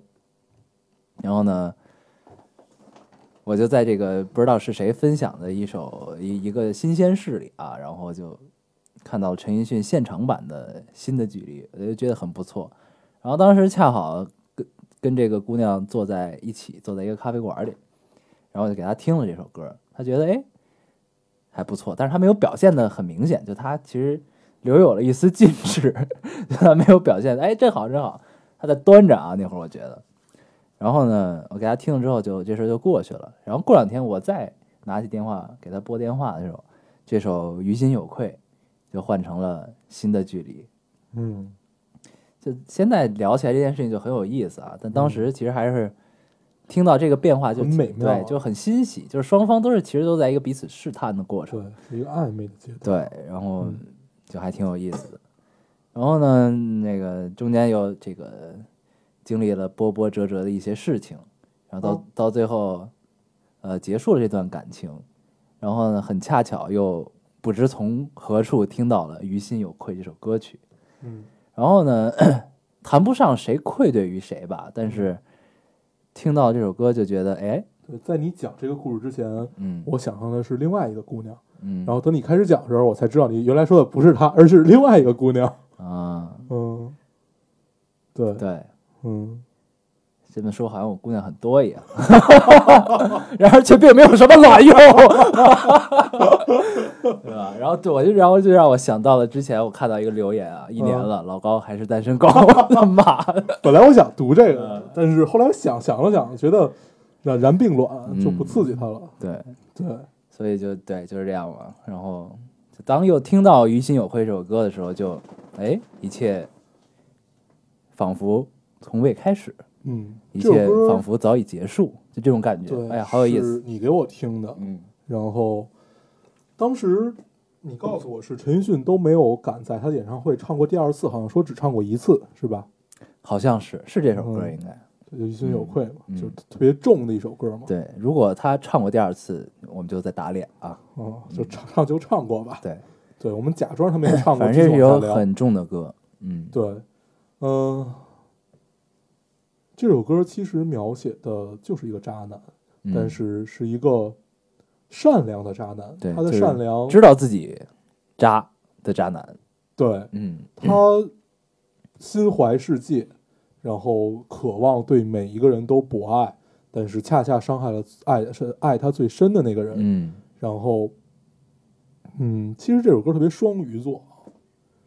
S2: 然后呢，我就在这个不知道是谁分享的一首一一个新鲜事里啊，然后就看到陈奕迅现场版的新的距离，我就觉得很不错。然后当时恰好跟跟这个姑娘坐在一起，坐在一个咖啡馆里，然后就给她听了这首歌，她觉得哎还不错，但是她没有表现的很明显，就她其实留有了一丝矜持， 就她没有表现得哎真好真好，她在端着啊那会儿我觉得，然后呢我给她听了之后就这事儿就过去了，然后过两天我再拿起电话给她拨电话的时候，这首《于心有愧》就换成了新的距离，
S1: 嗯
S2: 就现在聊起来这件事情就很有意思啊，但当时其实还是听到这个变化
S1: 嗯
S2: 就
S1: 很
S2: 挺
S1: 美妙啊
S2: 对，就很欣喜，就是双方都是其实都在一个彼此试探的过
S1: 对
S2: 程，，
S1: 是一个暧昧的阶段。
S2: 对，然后
S1: 嗯
S2: 就还挺有意思的。然后呢，那个中间又这个经历了波波折折的一些事情，然后到、
S1: 哦
S2: 到最后，呃，结束了这段感情，然后呢，很恰巧又不知从何处听到了《于心有愧》这首歌曲，
S1: 嗯
S2: 然后呢， 谈不上谁愧对于谁吧，但是听到这首歌就觉得，哎，
S1: 对，在你讲这个故事之前，
S2: 嗯
S1: 我想象的是另外一个姑娘。
S2: 嗯，
S1: 然后等你开始讲的时候，我才知道你原来说的不是她，而是另外一个姑娘。
S2: 啊，
S1: 嗯，对，
S2: 对，
S1: 嗯，
S2: 这么说好像我姑娘很多一样， 然而却并没有什么卵用， 对吧？然后对我就然后就让我想到了之前我看到一个留言啊，一年了，老高还是单身狗，他妈的，
S1: 本来我想读这
S2: 嗯
S1: 个，但是后来我想想了想，觉得染然并卵
S2: 嗯
S1: 就不刺激她了。
S2: 对，
S1: 对，
S2: 所以就对就是这样嘛。然后就当又听到《于心有愧》这首歌的时候就，哎，一切仿佛从未开始，
S1: 嗯，
S2: 一
S1: 这首
S2: 切
S1: 歌
S2: 仿佛早已结束，就这种感觉
S1: 对，，
S2: 哎呀，好有意
S1: 是
S2: 思。
S1: 你给我听的，
S2: 嗯，
S1: 然后当时你告诉我是陈奕迅都没有敢在他的演唱会唱过第二次，好像说只唱过一次，是吧？
S2: 好像是是这首歌
S1: 嗯
S2: 应该。
S1: 这就于心有愧嘛，
S2: 嗯嗯
S1: 就特别重的一首歌嘛。
S2: 对，如果他唱过第二次，我们就再打脸啊。
S1: 嗯，就唱唱就唱过吧。
S2: 对，
S1: 对，我们假装他 没有唱过，
S2: 反正
S1: 继
S2: 这
S1: 续
S2: 是
S1: 往
S2: 有
S1: 下聊
S2: 很重的歌，嗯，
S1: 对，嗯、这首歌其实描写的就是一个渣男，
S2: 嗯
S1: 但是是一个善良的渣男。
S2: 对
S1: 他的
S2: 就是
S1: 善良，
S2: 知道自己渣的渣男，
S1: 对
S2: 嗯
S1: 他心怀世界，然后渴望对每一个人都博爱，但是恰恰伤害了爱是爱他最深的那个人。
S2: 嗯
S1: 然后，嗯，其实这首歌特别双鱼座，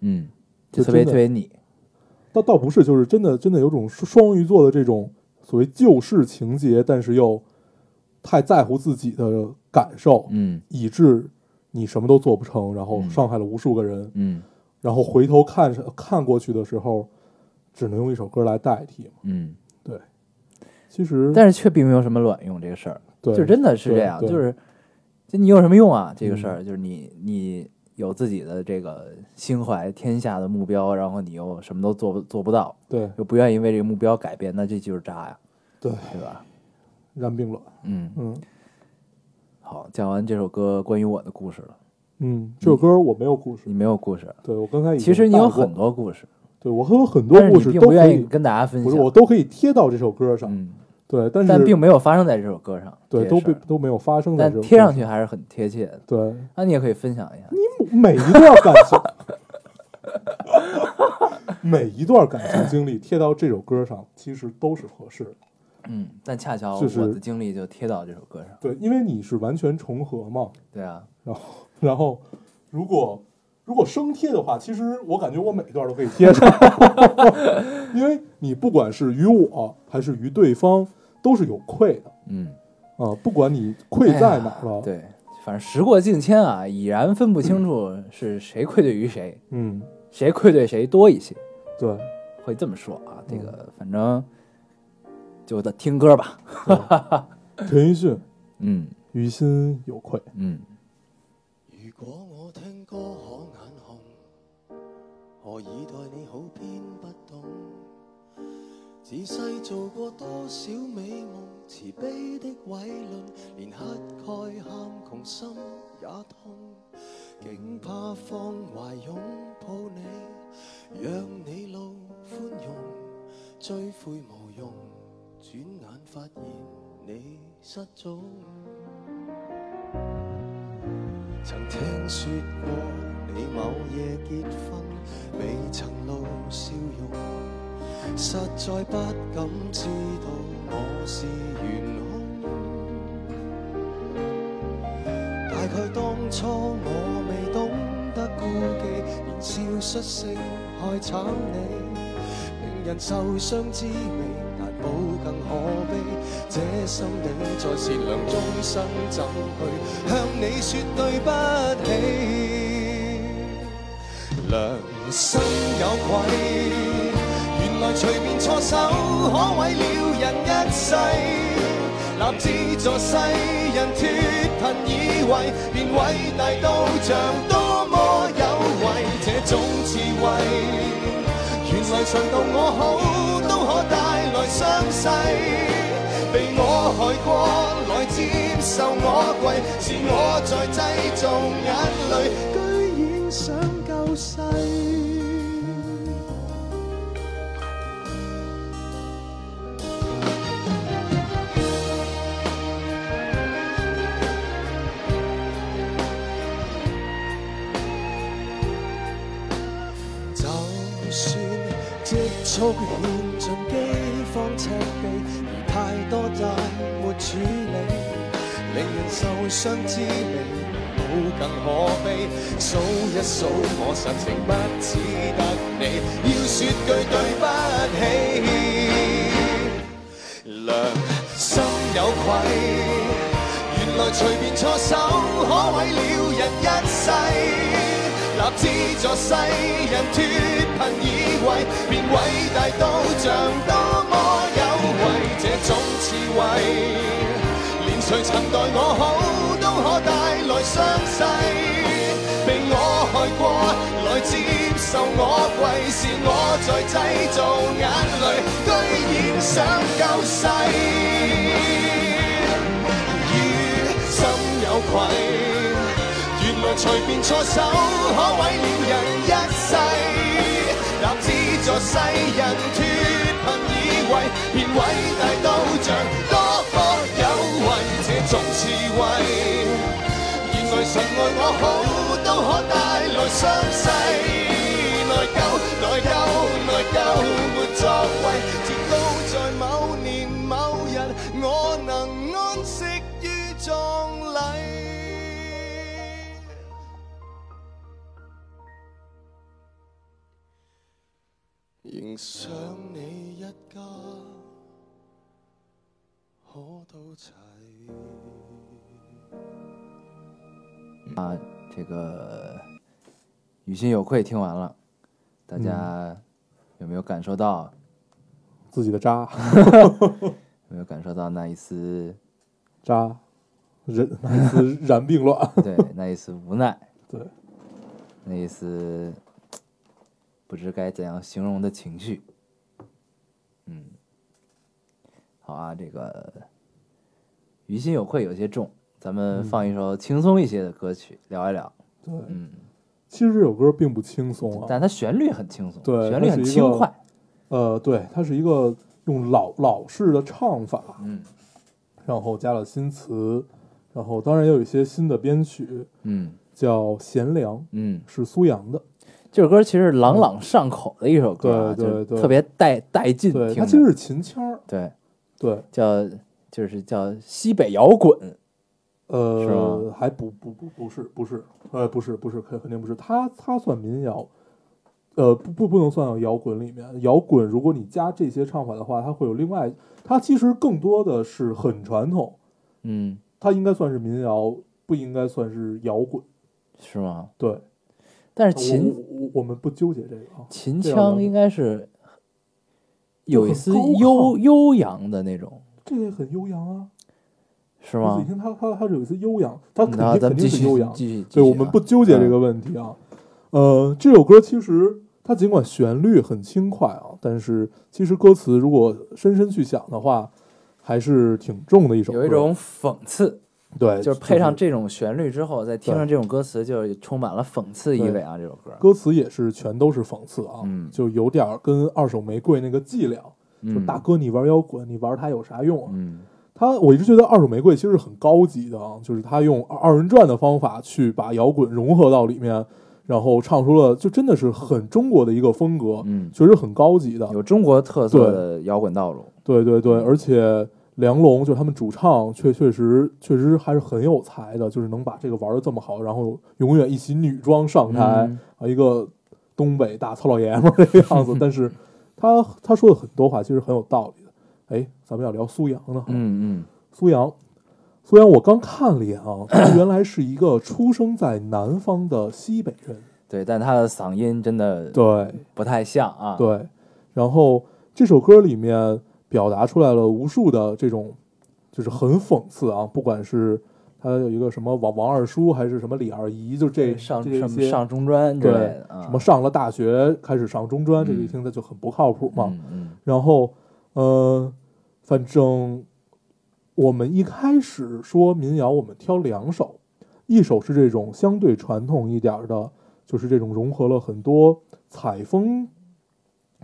S2: 嗯，就
S1: 就
S2: 特别
S1: 真的
S2: 特别你，
S1: 倒倒不是，就是真的真的有种双鱼座的这种所谓救世情节，但是又太在乎自己的感受，
S2: 嗯
S1: 以致你什么都做不成，然后
S2: 嗯
S1: 伤害了无数个人，
S2: 嗯
S1: 然后回头看看过去的时候，只能用一首歌来代替嘛。
S2: 嗯，
S1: 其实，
S2: 但是却并没有什么卵用这个事儿，
S1: 对，
S2: 就真的是这样，
S1: 对对嗯
S2: 就是就你有什么用啊？这个事儿、就是你你有自己的这个心怀天下的目标，然后你又什么都做不做不到，
S1: 对
S2: 又不愿意为这个目标改变，那这就是渣呀、
S1: 对
S2: 对吧？
S1: 染病了。
S2: 嗯，
S1: 嗯
S2: 好，讲完这首歌关于我的故事了，
S1: 嗯，这首歌我没有故事
S2: 你。没有故事，
S1: 对我刚才已经
S2: 其实你有
S1: 带过
S2: 很，多故事，
S1: 对我有很多
S2: 但是
S1: 故
S2: 你
S1: 事
S2: 并
S1: 都
S2: 不
S1: 可
S2: 愿意
S1: 以，
S2: 跟大家分
S1: 不是
S2: 享，
S1: 我都可以贴到这首歌上。
S2: 嗯，
S1: 对，但是
S2: 但并没有发生在这首歌上，
S1: 对
S2: 这
S1: 都
S2: 些事
S1: 被
S2: 儿
S1: 都没有发生在这
S2: 但
S1: 首
S2: 贴
S1: 歌
S2: 上去还是很贴切的。
S1: 对，
S2: 那你也可以分享一下，
S1: 每一段感情， 每一段感情经历贴到这首歌上，其实都是合适的。
S2: 嗯，但恰巧
S1: 就是
S2: 我的经历就贴到这首歌上，
S1: 对，因为你是完全重合嘛。
S2: 对啊，
S1: 然后，然后，如果如果生贴的话，其实我感觉我每一段都可以贴上， 因为你不管是于我还是于对方，都是有愧的
S2: 嗯，
S1: 啊、不管你愧在哪儿
S2: 哎
S1: 了，
S2: 呀对，反正时过境迁啊，已然分不清楚是谁愧对于谁，
S1: 嗯，
S2: 谁愧对谁多一些，
S1: 对，
S2: 会这么说啊。这个反正就得听歌吧，
S1: 陈奕迅
S2: 嗯
S1: 于心有愧，
S2: 嗯
S5: 如果我聽歌可眼紅，何以待你好偏不懂？自細做過多少美夢，慈悲的偉論，連乞丐喊窮心也痛，竟怕放懷擁抱你，讓你路寬容，追悔無用，轉眼發現你失蹤。曾聽說過你某夜結婚，未曾露笑容，實在不敢知道我是元兇。大概當初我未懂得顧忌，年少率性害慘你，令人受傷滋味，難保更可悲。這心理在善良中生，怎去向你說對不起？良心有愧，原來隨便錯手可毀了人一世。立志助世人脱貧以為，便偉大到像多麼有為，這種智慧。原來常道我好都可帶來傷勢，被我害過來接受我跪，是我在製造眼淚，居然想救世。就算積蓄欠盡饑荒赤地，而太多債沒處理，令人受傷滋味，冇更可悲。數一數我實情不只得你，要說句對不起，良心有愧。原來隨便錯手可毀了人一世，立志助世人脱貧以為，便偉大到像多麼有為，這種智慧，連誰曾待我好都可帶來傷勢，被我害過來接受我跪，是我在製造眼淚，居然想救世。於心有愧。原來隨便錯手可毀了人一世，立志助世人脱貧以為，便偉大到像多麼有為，這種智慧，原來神愛我好都可帶來傷勢，內疚內疚內疚沒作為，直到在某年某日我能安息於葬禮。仍想你一家可到齊。
S2: 啊，这个于心有愧听完了，大家有没有感受到？
S1: 自己的渣
S2: 有没有感受到那一 丝
S1: 渣，人一丝然并卵。
S2: 对那一丝无奈，
S1: 对，
S2: 那一丝不知该怎样形容的情绪？嗯，好啊，这个于心有愧有些重，咱们
S1: 嗯
S2: 放一首轻松一些的歌曲聊一聊。
S1: 对，
S2: 嗯，
S1: 其实这首歌并不轻松啊。
S2: 但它旋律很轻松，
S1: 对
S2: 旋律
S1: 它是
S2: 很
S1: 一
S2: 轻
S1: 个
S2: 快。
S1: 呃，对，它是一个用老老式的唱法，
S2: 嗯
S1: 然后加了新词，然后当然也有一些新的编曲，
S2: 嗯
S1: 叫《贤良》，
S2: 嗯，
S1: 是苏阳的。
S2: 这首歌其实朗朗上口的一首歌、啊，
S1: 对对
S2: 就
S1: 对
S2: 特别带带劲听
S1: 对，
S2: 着。
S1: 它其实是秦腔儿。
S2: 对
S1: 对，
S2: 叫就是叫西北摇滚，是
S1: 呃，
S2: 吗
S1: 还不不不不是不是，呃，不是不是，肯肯定不是，它它算民谣，呃，不不不能算到摇滚里面。摇滚如果你加这些唱法的话，它会有另外，它其实更多的是很传统，
S2: 嗯，
S1: 它应该算是民谣，不应该算是摇滚。
S2: 是吗？
S1: 对，
S2: 但是
S1: 我
S2: 秦
S1: 我我我们不纠结这个啊，
S2: 秦
S1: 这样的
S2: 腔应该是有一丝
S1: 就很高亢
S2: 悠悠扬的那种，
S1: 这个很悠扬啊，
S2: 是
S1: 你
S2: 吗
S1: 仔细？听它它它是有一次悠扬，它肯
S2: 然后
S1: 定
S2: 咱们
S1: 肯定
S2: 继
S1: 是
S2: 续
S1: 悠扬，
S2: 继续，继
S1: 对，
S2: 续
S1: 我们
S2: 啊
S1: 不纠结这个问题啊。呃，这首歌其实它尽管旋律很轻快啊，但是其实歌词如果深深去想的话，还是挺重的一首歌。
S2: 有一种讽刺，
S1: 对，
S2: 就是配上这种旋律之后，再听
S1: 对
S2: 上这种歌词，就是充满了讽刺意
S1: 对
S2: 味啊！这首歌，
S1: 歌词也是全都是讽刺啊，
S2: 嗯
S1: 就有点儿跟二手玫瑰那个伎俩，就
S2: 嗯
S1: 大哥你玩摇滚，你玩它有啥用啊？
S2: 嗯
S1: 他我一直觉得二手玫瑰其实是很高级的啊，就是他用二二人转的方法去把摇滚融合到里面，然后唱出了就真的是很中国的一个风格，
S2: 嗯，
S1: 确实很高级的。
S2: 有中国特色的摇滚道路，
S1: 对对对，而且梁龙就是他们主唱，确确实确实还是很有才的，就是能把这个玩的这么好，然后永远一袭女装上台
S2: 嗯
S1: 啊，一个东北大糙老爷们儿的 样子。但是他他说的很多话其实很有道理的。哎，咱们要聊苏阳呢，哈
S2: 嗯嗯，
S1: 苏阳，苏阳，我刚看了一眼啊，他 原来是一个出生在南方的西北人，
S2: 对，但他的嗓音真的
S1: 对
S2: 不太像啊，
S1: 对。然后这首歌里面表达出来了无数的这种，就是很讽刺啊，不管是他有一个什么王王二叔还是什么李二姨，就这
S2: 上
S1: 这
S2: 什
S1: 一
S2: 么
S1: 些
S2: 上中专之
S1: 对
S2: 类的啊，
S1: 什么上了大学开始上中专，这个一
S2: 嗯
S1: 听他就很不靠谱嘛。
S2: 嗯嗯
S1: 然后，呃，反正我们一开始说民谣，我们挑两首，一首是这种相对传统一点儿的，就是这种融合了很多采风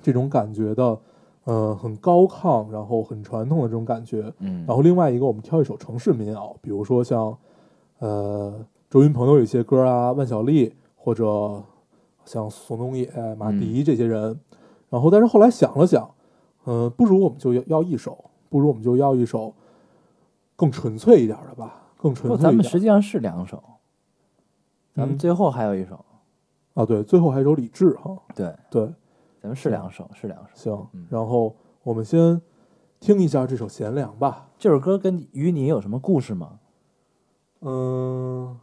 S1: 这种感觉的，呃，很高亢，然后很传统的这种感觉。
S2: 嗯，
S1: 然后另外一个，我们挑一首城市民谣，比如说像呃周云鹏有一些歌啊，万晓利或者像宋冬野、马
S2: 嗯
S1: 迪这些人。然后，但是后来想了想，嗯、不如我们就要要一首，不如我们就要一首更纯粹一点的吧，更纯
S2: 不，
S1: 粹
S2: 咱
S1: 一
S2: 们
S1: 点
S2: 实际上是两首，咱们
S1: 嗯
S2: 最后还有一首，
S1: 啊。对，最后还有一首李志哈，
S2: 对，
S1: 对，
S2: 咱们是两首，是两首。
S1: 行
S2: 嗯。
S1: 然后我们先听一下这首《贤良》吧。
S2: 这首歌跟与你有什么故事吗？
S1: 嗯，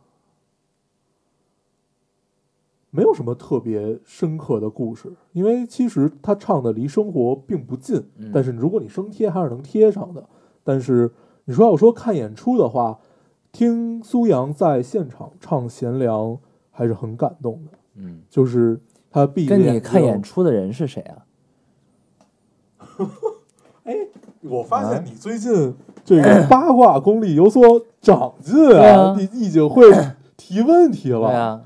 S1: 没有什么特别深刻的故事，因为其实他唱的离生活并不近，
S2: 嗯
S1: 但是如果你生贴还是能贴上的。但是你说要说看演出的话，听苏阳在现场唱《贤良》还是很感动的，
S2: 嗯，
S1: 就是他闭着
S2: 跟你
S1: 眼
S2: 看
S1: 睛
S2: 演，出的人是谁啊？
S1: 我发现你最近这个八卦功力有所长进
S2: 对啊
S1: 你已经会提问题了，
S2: 对啊，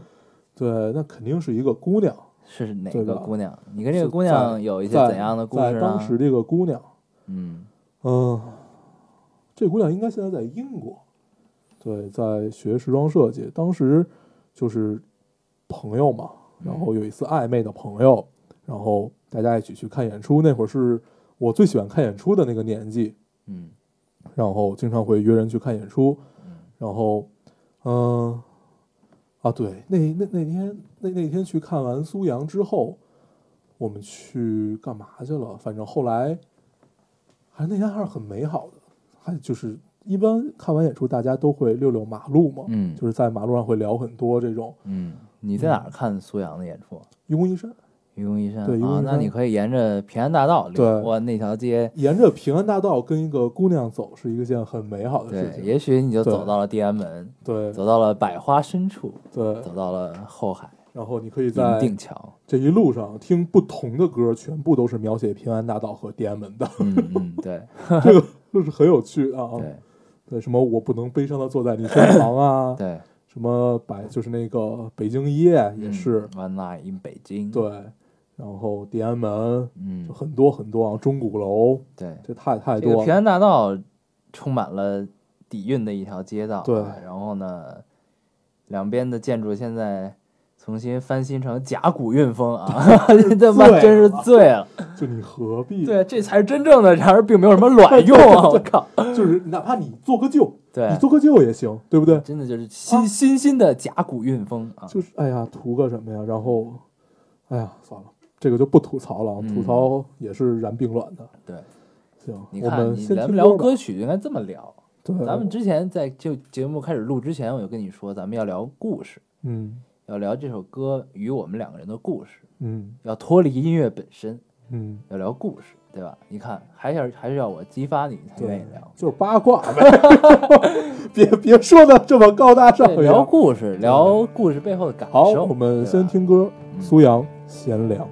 S1: 对，那肯定是一个姑娘。
S2: 是哪
S1: 对
S2: 个
S1: 吧
S2: 姑娘？你跟这个
S1: 是
S2: 姑娘
S1: 在
S2: 有一些
S1: 在
S2: 怎样的故
S1: 在
S2: 事
S1: 当
S2: 呢？
S1: 时这个姑娘，
S2: 嗯，
S1: 嗯、这姑娘应该现在在英国，对，在学时装设计。当时就是朋友嘛，然
S2: 嗯
S1: 后有一次暧昧的朋友，然后大家一起去看演出。那会儿是我最喜欢看演出的那个年纪，
S2: 嗯
S1: 然后经常会约人去看演出。然后，嗯、啊，对，那那那天那那天去看完苏阳之后，我们去干嘛去了？反正后来，还是那天还是很美好的，还就是一般看完演出，大家都会溜溜马路嘛，
S2: 嗯
S1: 就是在马路上会聊很多这种
S2: 嗯，你在哪儿看苏阳的演出？
S1: 愚公移山，
S2: 愚公移山
S1: 对愚公
S2: 啊，
S1: 移
S2: 那
S1: 山
S2: 你可以沿着平安大道
S1: 对
S2: 溜，哇，那条街，
S1: 沿着平安大道跟一个姑娘走是一个件很美好的
S2: 对
S1: 事，情。
S2: 也许你就
S1: 对
S2: 走到了地安门，
S1: 对
S2: 走到了百花深处，
S1: 对，
S2: 走到了后海
S1: 然后你可以
S2: 银
S1: 在
S2: 锭桥，
S1: 这一路上听不同的歌，全部都是描写平安大道和地安门的，
S2: 嗯嗯，对
S1: 这个就是很有趣啊。
S2: 对，
S1: 对，什么我不能悲伤的坐在你身旁啊
S2: 对，
S1: 什么百就是那个北京一夜也是、
S2: 嗯 One Night in 北京，，
S1: 对，然后地安门
S2: 嗯
S1: 就很多很多啊，钟鼓楼
S2: 对，
S1: 这太太
S2: 这个
S1: 多
S2: 平
S1: 了，
S2: 安大道充满了底蕴的一条街道啊，
S1: 对
S2: 然后呢，两边的建筑现在。重新翻新成甲骨韵风啊！ 他妈真是醉了，
S1: 就你何必
S2: 对，这才是真正的，然而并没有什么卵用啊！我靠，
S1: 就是哪怕你做个旧，
S2: 对
S1: 你做个旧也行，对不对？
S2: 真的就是新新新的甲骨韵风啊！
S1: 就是哎呀，图个什么呀？然后，哎呀，算了，这个就不吐槽了啊，
S2: 嗯
S1: 吐槽也是燃并卵的。
S2: 对，
S1: 行，
S2: 你
S1: 我
S2: 看，
S1: 们
S2: 你
S1: 先
S2: 咱
S1: 听
S2: 们聊
S1: 吧
S2: 歌，曲就应该这么聊。
S1: 对，
S2: 咱们之前在就节目开始录之前，我就跟你说，咱们要聊故事，
S1: 嗯
S2: 要聊这首歌与我们两个人的故事，
S1: 嗯
S2: 要脱离音乐本身，
S1: 嗯，
S2: 要聊故事，对吧？你看，还要还是要我激发你，你才愿意聊。
S1: 就是八卦呗， 别别说的这么高大上
S2: 对，
S1: 呀。
S2: 聊故事，聊故事背后的感受。
S1: 好，我们
S2: 对吧
S1: 先听歌，
S2: 嗯
S1: 苏阳贤良。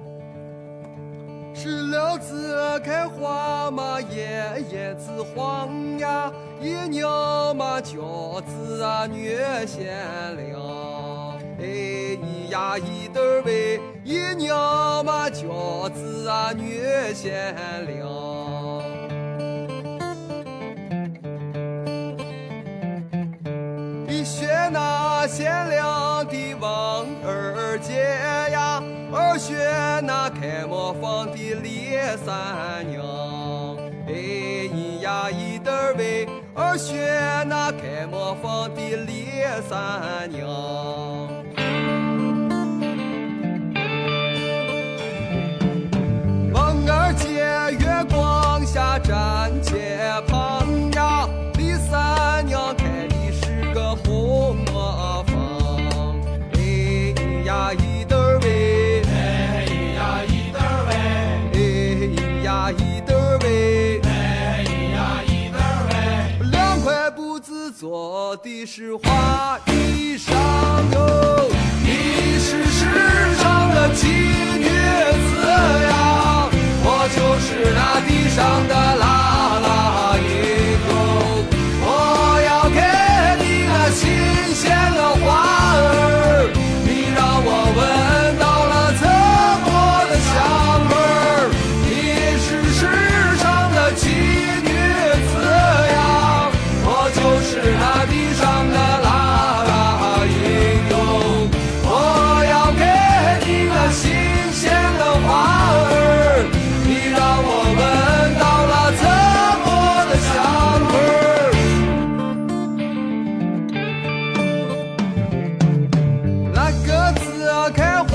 S6: 石榴子开花嘛，叶叶子黄呀，一娘嘛饺子啊，女贤良。哎，咿呀一对儿喂，一娘嘛饺子啊，女贤良。一学那贤良的王二姐呀，二学那开磨坊的李三娘。哎，一呀一对儿喂，二学那开磨坊的李三娘。王二姐月光下站街旁呀，李三娘开的是个红磨坊。哎咿呀一对儿喂，哎咿呀一对儿喂，哎咿呀一对儿喂，哎咿呀一对儿喂。两块布子做的是花衣裳哟，你是世上的奇女子呀，我就是那地上的拉拉一狗，我要给你那新鲜的花儿，你让我闻到了泽国的香味儿，你是世上的奇女子呀，我就是那地上的拉拉一狗。我要给你那新鲜的花儿，你让我闻到了泽国的香味儿。那个子开花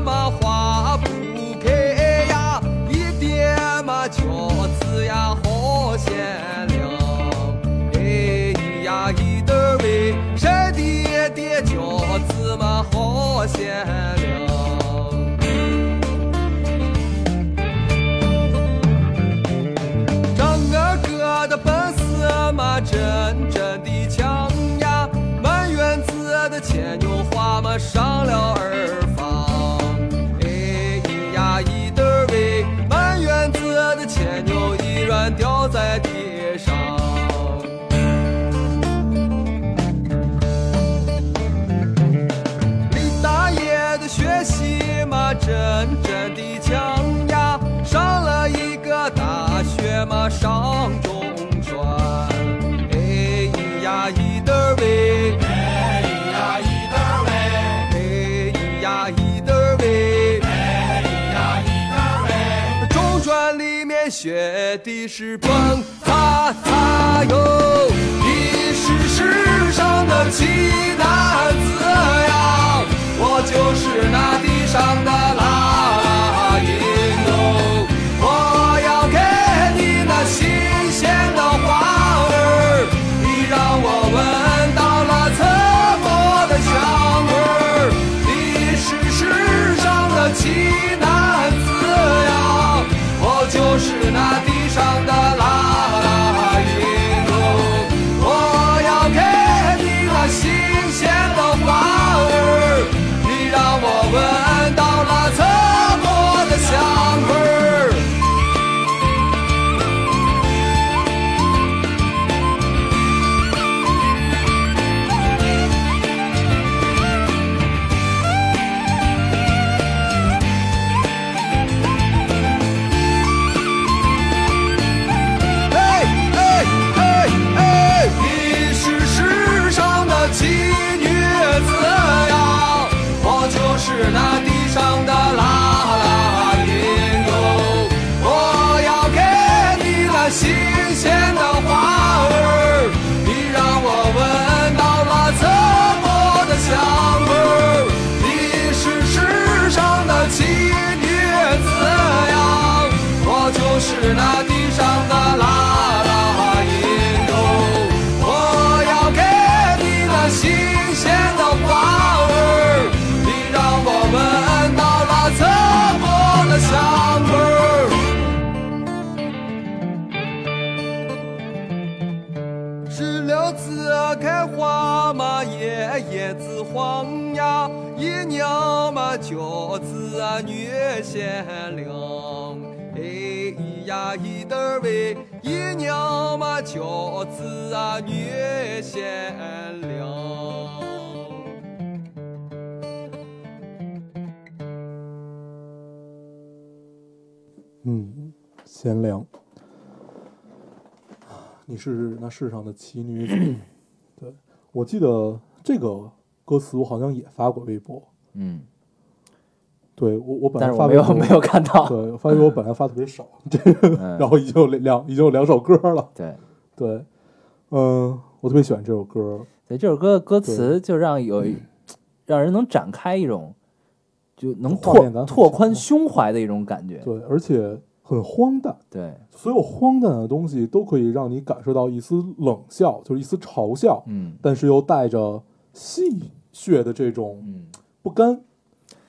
S6: 嘛，花不开呀，一点嘛饺子呀好鲜亮。哎咿呀一对儿喂，山的的饺子嘛好鲜亮。张二哥的本事嘛，真真的强呀！满园子的牵牛花嘛，上了二房。哎咿呀一对儿喂，满园子的牵牛依然掉在地上。李大爷的学习嘛，真真的强呀，上了一个大学嘛，上中专。哎咿呀一对儿喂，哎咿呀一对儿喂，哎咿呀一对儿喂，哎咿呀一对儿喂。中专里面学的是蹦擦擦哟，你是世上的奇男子呀，我就是那地上的拉哦拉一狗。我要给你那新鲜的花儿，你一娘嘛饺子啊月贤良，哎咿呀一得儿喂，一娘嘛饺子啊月贤良。
S1: 嗯，贤良，你是那世上的奇女 子。对，我记得这个歌词，我好像也发过微博。
S2: 嗯，
S1: 对我，我本
S2: 但
S1: 来
S2: 是我
S1: 发
S2: 没
S1: 微博
S2: 有没有看到。
S1: 对，发微博本来发特别少，这
S2: 嗯
S1: 然后已经有两已经有两首歌了。
S2: 对，
S1: 对，嗯、我特别喜欢这首歌。
S2: 所以这首歌的歌词就让有让人能展开一种就能
S1: 画
S2: 拓
S1: 面感很
S2: 拓
S1: 强
S2: 宽胸怀的一种感觉。
S1: 对，而且很荒诞，
S2: 对，
S1: 所有荒诞的东西都可以让你感受到一丝冷笑，就是一丝嘲笑，
S2: 嗯
S1: 但是又带着戏谑的这种
S2: 嗯，
S1: 不甘，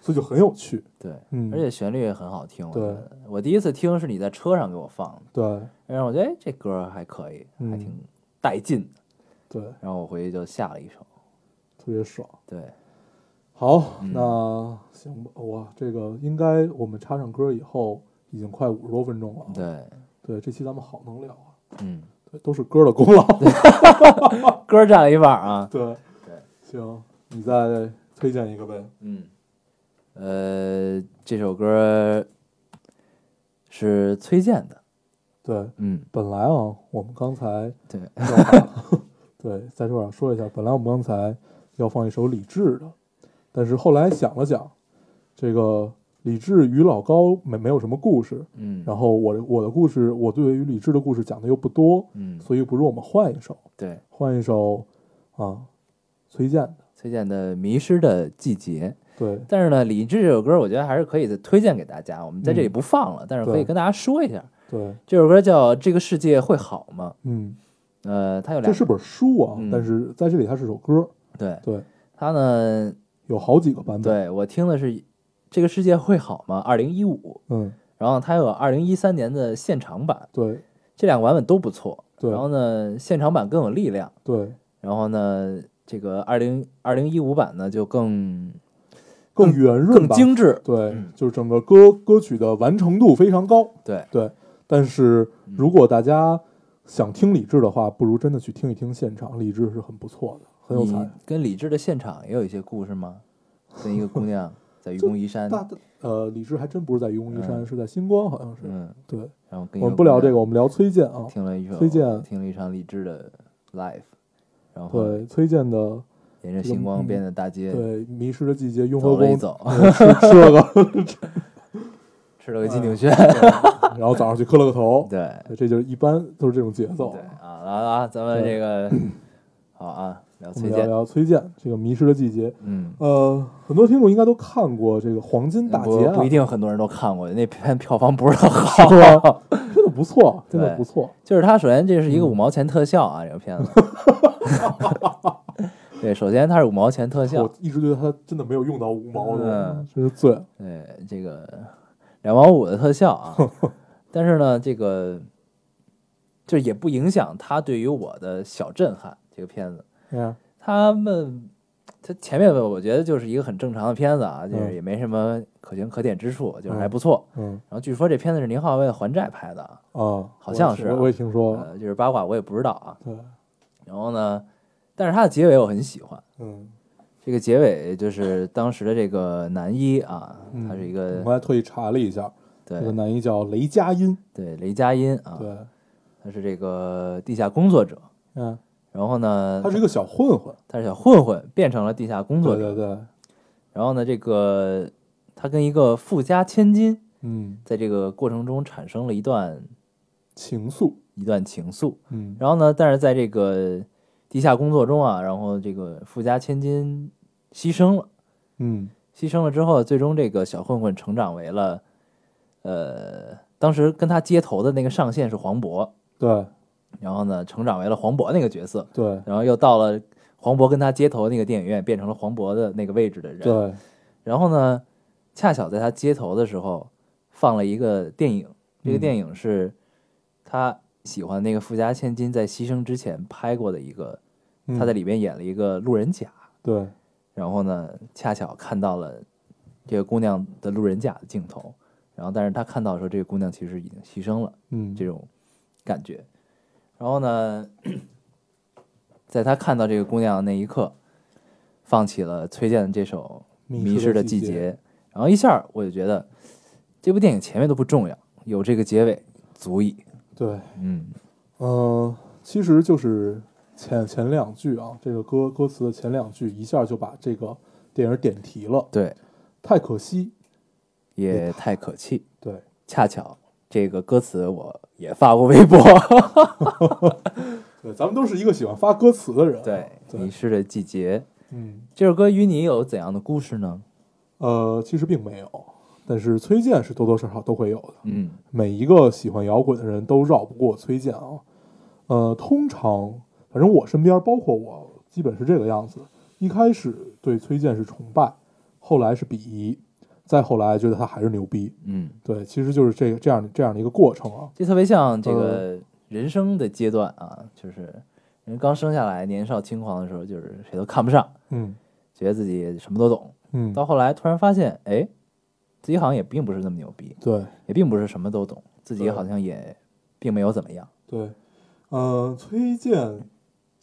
S1: 所以就很有趣。
S2: 对，
S1: 嗯
S2: 而且旋律也很好听。我觉
S1: 对
S2: 得我第一次听是你在车上给我放的，
S1: 对
S2: 然后我觉得哎这歌还可以，还
S1: 嗯
S2: 挺带劲的。
S1: 对，
S2: 然后我回去就下了一首。
S1: 特别爽。
S2: 对，
S1: 好，
S2: 嗯
S1: 那行吧，哇，这个应该我们插上歌以后，已经快五十多分钟了。
S2: 对，
S1: 对，这期咱们好能聊啊，
S2: 嗯，
S1: 对，都是歌的 功劳。
S2: 歌占了一半儿啊。
S1: 对
S2: 对，
S1: 行，你再推荐一个呗。
S2: 嗯，呃，这首歌是崔健的。
S1: 对，
S2: 嗯，
S1: 本来啊，我们刚才
S2: 对，
S1: 要把 对，在这儿啊说一下，本来我们刚才要放一首李志的，但是后来想了想，这个李志与老高没没有什么故事，
S2: 嗯，
S1: 然后我的我的故事，我对于李志的故事讲的又不多，
S2: 嗯，
S1: 所以不如我们换一首，
S2: 对，
S1: 换一首啊，崔健的，
S2: 崔健的《迷失的季节》。
S1: 对
S2: 但是呢，《理智》这首歌，我觉得还是可以再推荐给大家。我们在这里不放了，但是可以
S1: 嗯对
S2: 跟大家说一下，
S1: 对，
S2: 这首歌叫《这个世界会好吗》。
S1: 嗯，
S2: 呃，它有
S1: 这
S2: 两
S1: 是本书啊，
S2: 嗯
S1: 但是在这里它是首歌，
S2: 对
S1: 对，
S2: 它呢，
S1: 有好几个版本，
S2: 对我听的是《这个世界会好吗》二零一五，
S1: 嗯，
S2: 然后它有二零一三年的现场版，
S1: 对
S2: 这两个版本都不错。
S1: 对
S2: 然后呢，现场版更有力量，
S1: 对，
S2: 然后呢，这个二零二零一五版呢就更
S1: 更圆润
S2: 更
S1: 吧，
S2: 精嗯致。
S1: 对，就是整个歌歌曲的完成度非常高。
S2: 对，
S1: 对，但是如果大家想听李志的话，不如真的去听一听现场，李志是很不错的，很有
S2: 你
S1: 才。
S2: 跟李志的现场也有一些故事吗？跟一个姑 娘在愚公移山，
S1: 大呃，李志还真不是在愚公移山，
S2: 嗯
S1: 是在星光，好像是。
S2: 嗯，
S1: 对，
S2: 然后跟一
S1: 我们
S2: 个
S1: 不聊这个，
S2: 姑
S1: 我们聊崔健啊
S2: 娘，。听了一首
S1: 崔健
S2: 听了一场李志的 live，然后
S1: 对，崔健的
S2: 沿着星光边的大街
S1: 对《迷失的季节》《雍和
S2: 走了
S1: 宫
S2: 一》走，
S1: 吃 吃了个，
S2: 吃了个鸡丁轩，
S1: 然后早上去磕了个头。
S2: 对
S1: 嗯对，这就是一般都是这种节奏
S2: 对。啊，来了啊，咱们
S1: 对
S2: 这个好啊，聊
S1: 我
S2: 崔
S1: 们聊
S2: 健，
S1: 聊崔健这个《迷失的季节》。
S2: 嗯，
S1: 呃，很多听众应该都看过这个《黄金大劫啊
S2: 不
S1: 案》，
S2: 不一定很多人都看过，那片票房不是很
S1: 是
S2: 好
S1: 吧，真的不错，真的
S2: 对
S1: 不错。
S2: 就是它首先这
S1: 嗯
S2: 是一个五毛钱特效啊，这个片 子， 对，首先它是五毛钱特效
S1: 我，一直觉得他真的没有用到五毛的
S2: 嗯，
S1: 真是醉了。
S2: 对，这个两毛五的特效 啊，但是呢，这个就也不影响他对于我的小震撼。这个片子，
S1: 嗯
S2: 他们他前面我觉得就是一个很正常的片子啊，就是
S1: 嗯
S2: 也没什么可圈可点之处，就是还
S1: 嗯
S2: 不错。
S1: 嗯
S2: 然后据说这片子是宁浩为了还债拍的啊，
S1: 啊，
S2: 好像是啊
S1: 我也我也听说了。
S2: 呃，就是八卦我也不知道啊。
S1: 对，
S2: 然后呢，但是它的结尾我很喜欢。
S1: 嗯，
S2: 这个结尾就是当时的这个男一啊，
S1: 嗯
S2: 他是一
S1: 我
S2: 个
S1: 刚才特意查了一下，这个
S2: 对
S1: 男一叫雷佳音。
S2: 对雷佳音啊，
S1: 对，
S2: 他是这个地下工作者，
S1: 嗯，
S2: 然后呢，
S1: 他是一个小混混。
S2: 他是小混混变成了地下工作
S1: 对
S2: 者，
S1: 对对，
S2: 然后呢，这个他跟一个富家千金
S1: 嗯，
S2: 在这个过程中产生了一段
S1: 情愫。
S2: 一段情愫，
S1: 嗯
S2: 然后呢，但是在这个地下工作中啊，然后这个富家千金牺牲了，
S1: 嗯
S2: 牺牲了之后，最终这个小混混成长为了，呃，当时跟他接头的那个上线是黄渤，
S1: 对
S2: 然后呢，成长为了黄渤那个角色，
S1: 对
S2: 然后又到了黄渤跟他接头那个电影院，变成了黄渤的那个位置的人。
S1: 对，
S2: 然后呢，恰巧在他接头的时候，放了一个电影，这个
S1: 嗯
S2: 电影是他喜欢那个富家千金在牺牲之前拍过的一个，
S1: 嗯
S2: 他在里边演了一个路人甲。
S1: 对
S2: 然后呢，恰巧看到了这个姑娘的路人甲的镜头，然后但是他看到的时候，这个姑娘其实已经牺牲了。
S1: 嗯，
S2: 这种感觉。然后呢， 在他看到这个姑娘的那一刻，放起了崔健的这首《
S1: 迷
S2: 迷
S1: 失
S2: 失
S1: 的
S2: 的
S1: 季
S2: 季
S1: 节
S2: 节》，然后一下我就觉得这部电影前面都不重要，有这个结尾足以。
S1: 对，
S2: 嗯，
S1: 嗯，其实就是前前两句啊，这个歌歌词的前两句一下就把这个电影点题了，
S2: 对，
S1: 太可惜。
S2: 也太可气。
S1: 对，
S2: 恰巧这个歌词我也发过微博。
S1: 对，咱们都是一个喜欢发歌词的人啊。
S2: 对，《迷
S1: 对，
S2: 失的季节》
S1: 嗯，
S2: 这首歌与你有怎样的故事呢？
S1: 呃，其实并没有，但是崔健是多多少少都会有的。
S2: 嗯，
S1: 每一个喜欢摇滚的人都绕不过崔健啊。呃，通常，反正我身边，包括我，基本是这个样子。一开始对崔健是崇拜，后来是鄙夷，再后来觉得他还是牛逼。
S2: 嗯，
S1: 对，其实就是这这样这样的一个过程啊。
S2: 这特别像这
S1: 呃
S2: 个人生的阶段啊，就是人刚生下来年少轻狂的时候，就是谁都看不上，
S1: 嗯
S2: 觉得自己什么都懂。
S1: 嗯，
S2: 到后来突然发现，哎，自己好像也并不是那么牛逼，
S1: 对
S2: 也并不是什么都懂，自己
S1: 对
S2: 好像也并没有怎么样。
S1: 对，呃，崔健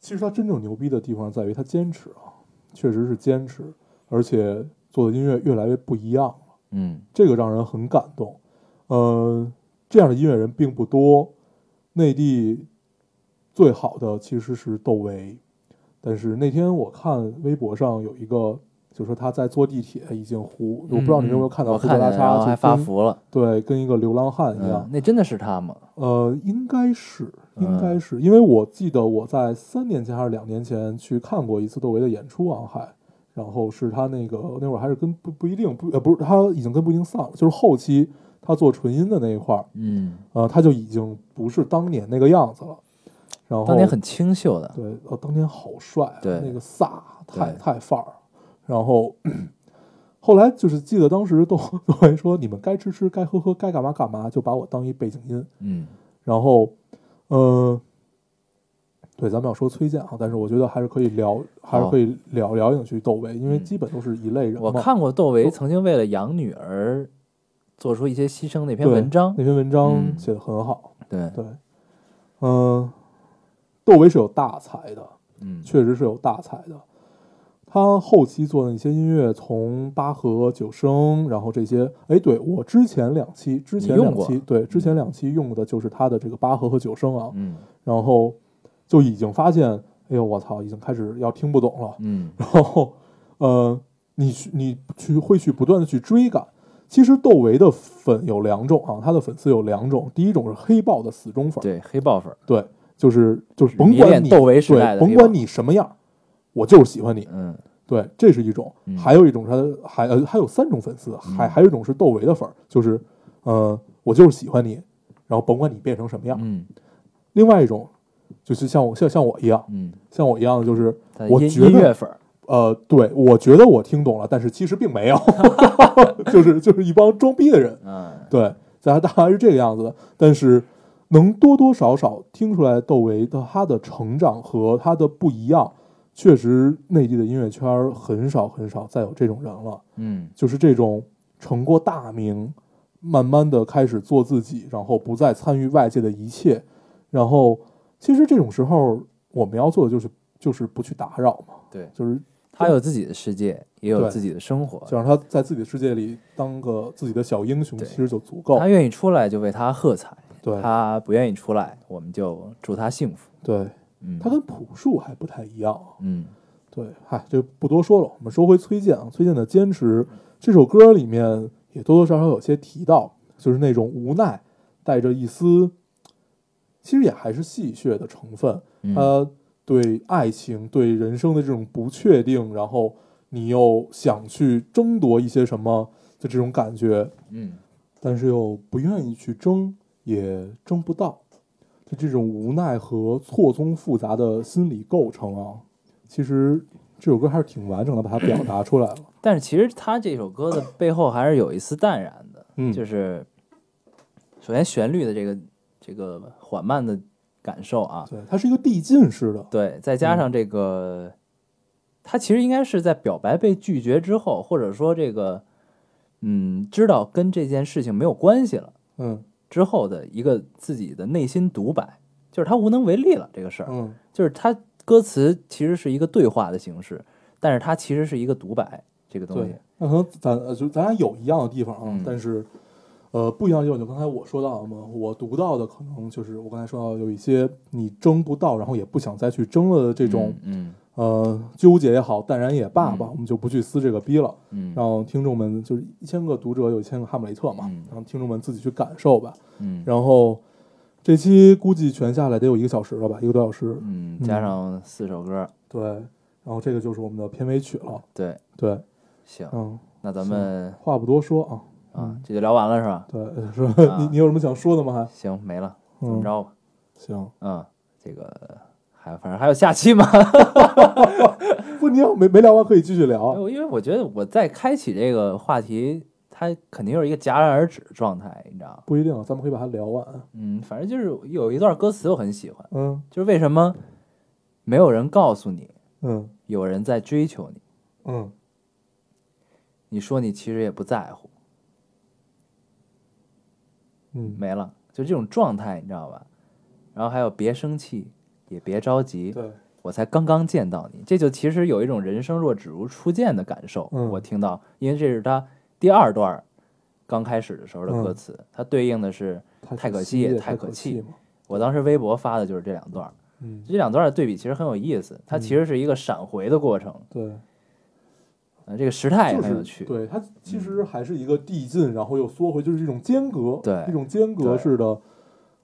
S1: 其实他真正牛逼的地方在于他坚持啊，确实是坚持，而且做的音乐越来越不一样了。
S2: 嗯
S1: 这个让人很感动。呃，这样的音乐人并不多，内地最好的其实是窦唯，但是那天我看微博上有一个，就说他在坐地铁已经胡，我不知道你有没有看到
S2: 嗯我
S1: 胡子
S2: 看
S1: 拉
S2: 见了然
S1: 碴
S2: 后
S1: 就
S2: 还发
S1: 跟，
S2: 福了。
S1: 对，跟一个流浪汉一
S2: 嗯
S1: 样，。
S2: 那真的是他吗？
S1: 呃，应该是，
S2: 嗯
S1: 应该是，因为我记得我在三年前还是两年前去看过一次窦唯的演出啊，还，然后是他那个那会儿还是跟不不一定不呃不是他已经跟不一定散了，就是后期他做纯音的那一块儿，
S2: 嗯，
S1: 呃，他就已经不是当年那个样子了。然后
S2: 当年很清秀的。
S1: 对，哦，当年好帅、啊，
S2: 对
S1: 那个飒，太
S2: 对
S1: 太范儿了。然后后来就是记得当时窦窦唯说：“你们该吃吃，该喝喝，该干嘛干嘛，就把我当一背景音。”
S2: 嗯
S1: 然后，呃，对，咱们要说崔健啊，但是我觉得还是可以聊，还是可以聊聊进去窦唯，因为
S2: 哦嗯
S1: 基本都是一类人嘛。
S2: 我看过窦唯
S1: 都
S2: 曾经为了养女儿做出一些牺牲那篇
S1: 对
S2: 文章
S1: 那。篇文章
S2: 嗯
S1: 写的很好，
S2: 对，
S1: 对，嗯、窦唯是有大才的，
S2: 嗯
S1: 确实是有大才的。他后期做的一些音乐，从八和九声，然后这些，哎，对我之前两期，之前
S2: 你用
S1: 两
S2: 过
S1: 期，对，之前两期用的就是他的这个八和和九声啊，
S2: 嗯
S1: 然后就已经发现，哎呦我操，已经开始要听不懂了。
S2: 嗯
S1: 然后，呃，你去你去会去不断的去追赶。其实窦唯的粉有两种啊，他的粉丝有两种，第一种是黑豹的死忠粉，
S2: 对，黑豹粉儿。
S1: 对，就是就是甭
S2: 迷
S1: 管
S2: 恋
S1: 你
S2: 窦唯时代
S1: 对，
S2: 的
S1: 甭
S2: 黑
S1: 管
S2: 豹
S1: 你什么样，我就是喜欢你。
S2: 嗯
S1: 对，这是一种，
S2: 嗯
S1: 还有一种是他的还呃还有三种粉丝，还还有一种是窦唯的粉儿，就是呃我就是喜欢你，然后甭管你变成什么样。
S2: 嗯
S1: 另外一种就是像我像像我一样，
S2: 嗯，
S1: 像我一样的就是
S2: 他的
S1: 我
S2: 音
S1: 觉得
S2: 音乐粉儿，
S1: 呃，对我觉得我听懂了，但是其实并 没有，就是就是一帮装逼的人。
S2: 嗯
S1: 对，大家大概是这个样子的，但是能多多少少听出来窦唯的他的成长和他的不一样，确实内地的音乐圈儿很少很少再有这种人了，
S2: 嗯
S1: 就是这种成过大名，慢慢的开始做自己，然后不再参与外界的一切，然后其实这种时候我们要做的就是就是不去打扰嘛，
S2: 对，
S1: 就是
S2: 他有自己的世界，也有
S1: 对
S2: 自己的生活，
S1: 就让他在自己的世界里当个自己的小英雄，
S2: 对
S1: 其实就足够
S2: 他。愿意出来就为他喝彩，
S1: 对
S2: 他不愿意出来，我们就祝他幸福。
S1: 对，
S2: 嗯，
S1: 他跟朴树还不太一样啊。
S2: 嗯
S1: 对，嗨，这不多说了。我们说回崔健啊，崔健的坚持，这首歌里面也多多少少有些提到，就是那种无奈，带着一丝，其实也还是戏谑的成分。
S2: 嗯
S1: 他对爱情、对人生的这种不确定，然后你又想去争夺一些什么的这种感觉，
S2: 嗯
S1: 但是又不愿意去争，也争不到，就这种无奈和错综复杂的心理构成啊，其实这首歌还是挺完整的，把它表达出来了。
S2: 但是其实他这首歌的背后还是有一丝淡然的，
S1: 嗯
S2: 就是首先旋律的这个这个缓慢的感受啊，
S1: 对，它是一个递进式的，
S2: 对，再加上这个他其实应该是在表白被拒绝之后，或者说这个，嗯，知道跟这件事情没有关系了
S1: 嗯
S2: 之后的一个自己的内心独白，就是他无能为力了这个事儿。
S1: 嗯
S2: 就是它歌词其实是一个对话的形式，但是它其实是一个独白这个东西
S1: 对。，那可能咱呃就咱俩有一样的地方啊，
S2: 嗯
S1: 但是呃不一样的地方就刚才我说到的嘛，我读到的可能就是我刚才说到有一些你争不到，然后也不想再去争了的这种、
S2: 嗯
S1: 呃纠结也好，淡然也罢吧，
S2: 嗯
S1: 我们就不去撕这个逼了，
S2: 嗯嗯
S1: 让听众们就是一千个读者有一千个哈姆雷特嘛，
S2: 嗯
S1: 让听众们自己去感受吧。
S2: 嗯
S1: 然后这期估计全下来得有一个小时了吧，一个多小时，
S2: 嗯，加上四首歌，
S1: 对。然后这个就是我们的片尾曲了，
S2: 对，
S1: 对，
S2: 行，
S1: 嗯，
S2: 那咱们
S1: 话不多说啊。
S2: 啊这就聊完了是吧？
S1: 对， 呃是吧？你你有什么想说的吗？还
S2: 行，没了，啊怎么
S1: 嗯，
S2: 着吧？
S1: 行，
S2: 嗯，这个还有反正还有下期嘛，
S1: 不，你要没没聊完可以继续聊。
S2: 因为我觉得我再开启这个话题，它肯定是一个戛然而止的状态，你知道吗？
S1: 不一定，咱们可以把它聊完。
S2: 嗯，反正就是有一段歌词我很喜欢，
S1: 嗯
S2: 就是为什么没有人告诉你
S1: 嗯
S2: 有人在追求你。
S1: 嗯
S2: 你说你其实也不在乎，
S1: 嗯，
S2: 没了，就这种状态，你知道吧？然后还有别生气，也别着急，
S1: 对，
S2: 我才刚刚见到你，这就其实有一种人生若只如初见的感受。
S1: 嗯
S2: 我听到，因为这是他第二段刚开始的时
S1: 嗯
S2: 候的歌词，它对应的是太可惜也
S1: 也
S2: 太可
S1: 可
S2: 气
S1: 嘛。
S2: 我当时微博发的就是这两段，
S1: 嗯，
S2: 这两段的对比其实很有意思，它其实是一个闪回的过程，
S1: 对，
S2: 呃，这个时态也
S1: 就
S2: 很有
S1: 是
S2: 趣。嗯
S1: 对它其实还是一个递进，然后又缩回，就是一种间隔，
S2: 对
S1: 一种间隔
S2: 对
S1: 式的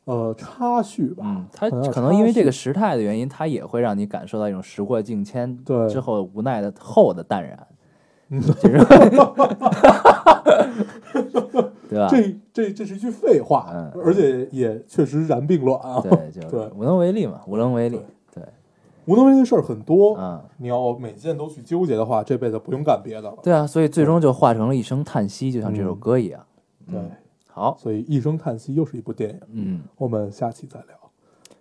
S1: 呃插叙吧。
S2: 嗯，它
S1: 很有
S2: 可能因为
S1: 差
S2: 这
S1: 距
S2: 个时态的原因，它也会让你感受到一种时过境迁，
S1: 对
S2: 之后无奈的后的淡然，
S1: 嗯
S2: 就是对吧？
S1: 这这这是一句废话
S2: 嗯，
S1: 而且也确实然并卵啊。
S2: 对，就是
S1: 对
S2: 无能为力嘛，无能为力，对，
S1: 无能为力的事儿很多，
S2: 嗯，
S1: 你要每件都去纠结的话，这辈子不用干别的了。
S2: 对啊，所以最终就化成了一声叹息，就像这首
S1: 嗯
S2: 歌一样。
S1: 对，
S2: 好，
S1: 所以一声叹息又是一部电影。
S2: 嗯，
S1: 我们下期再聊。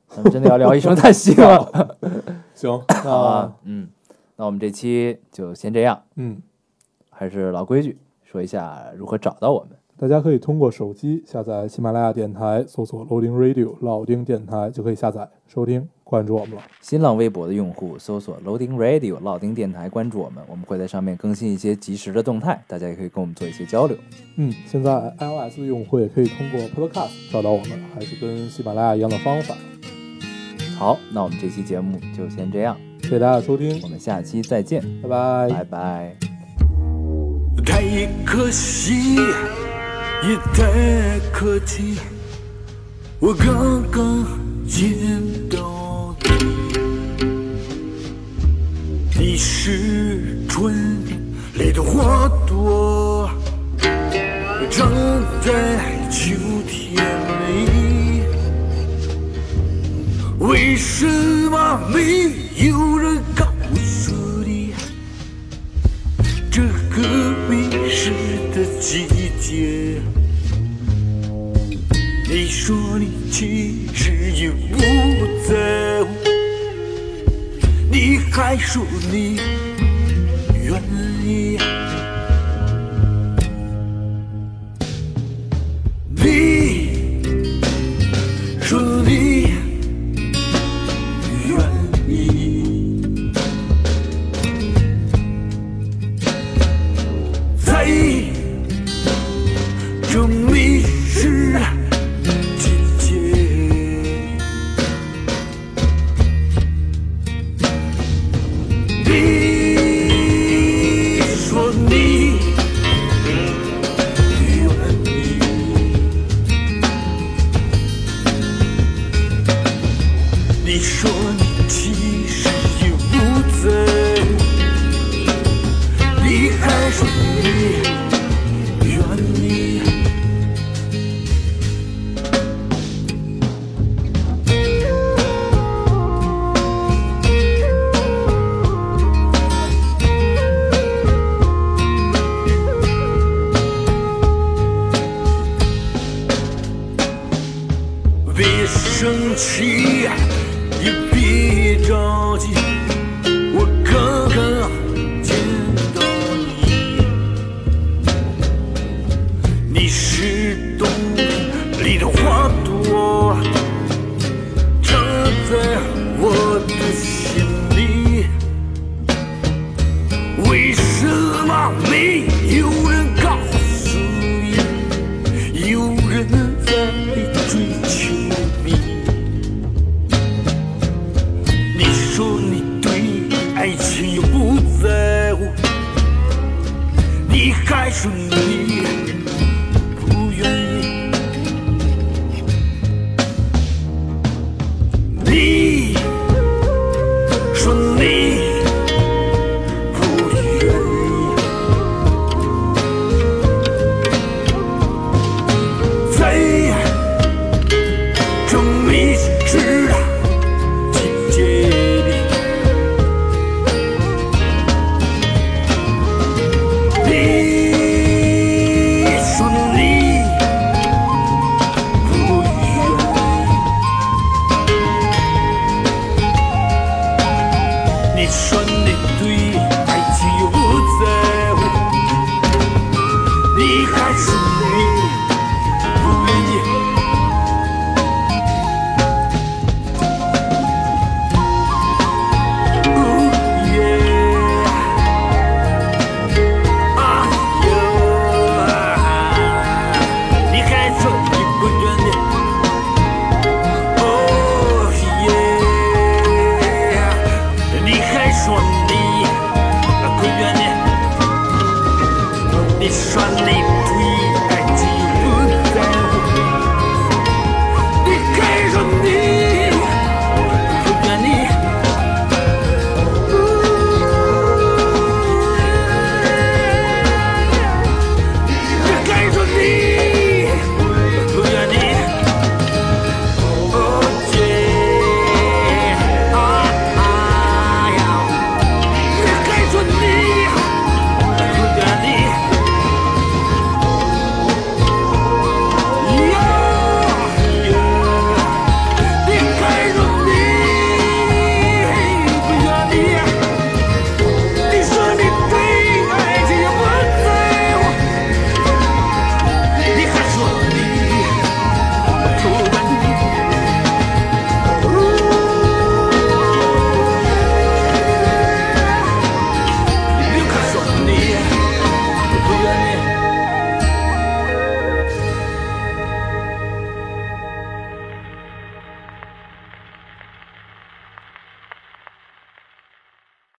S2: 咱们真的要聊一声叹息吗？
S1: 行，
S2: 好啊
S1: 那，
S2: 嗯，那我们这期就先这样，
S1: 嗯，
S2: 还是老规矩，说一下如何找到我们。
S1: 大家可以通过手机下载喜马拉雅电台，搜索 Loading Radio 老丁电台就可以下载收听，关注我们了。
S2: 新浪微博的用户搜索 Loading Radio 老丁电台，关注我们，我们会在上面更新一些及时的动态，大家也可以跟我们做一些交流。
S1: 嗯，现在 iOS 的用户也可以通过 Podcast 找到我们，还是跟喜马拉雅一样的方法。
S2: 好，那我们这期节目就先这样，
S1: 谢谢大家的收听
S2: 我，们下期再见，
S1: 拜拜。
S2: 拜拜。
S7: 太可惜，也太客气，我刚刚见到你，你是春天里的花朵，长在秋天里，为什么没有人告诉你？这个迷失的季节。你说你其实也不在乎，你还说你愿意。你说你愿意。在这迷失季节，你说你愿意，你说你其实也不在乎。你还说你愿意。别生气，也别着急，我刚刚。是冬里的花朵，长在我的心里。为什么没有人告诉你，有人在追求你？你说你对爱情又不在乎，你还说你不愿意。你说你不愿意，在这迷失的季节里，你说你不愿意，你说你对爱情又不在乎，你还是你不愿意。Oh yeah, ah yeah，你还说你不愿意？Oh yeah，你还说你不愿意？你说你对。Oh Ah,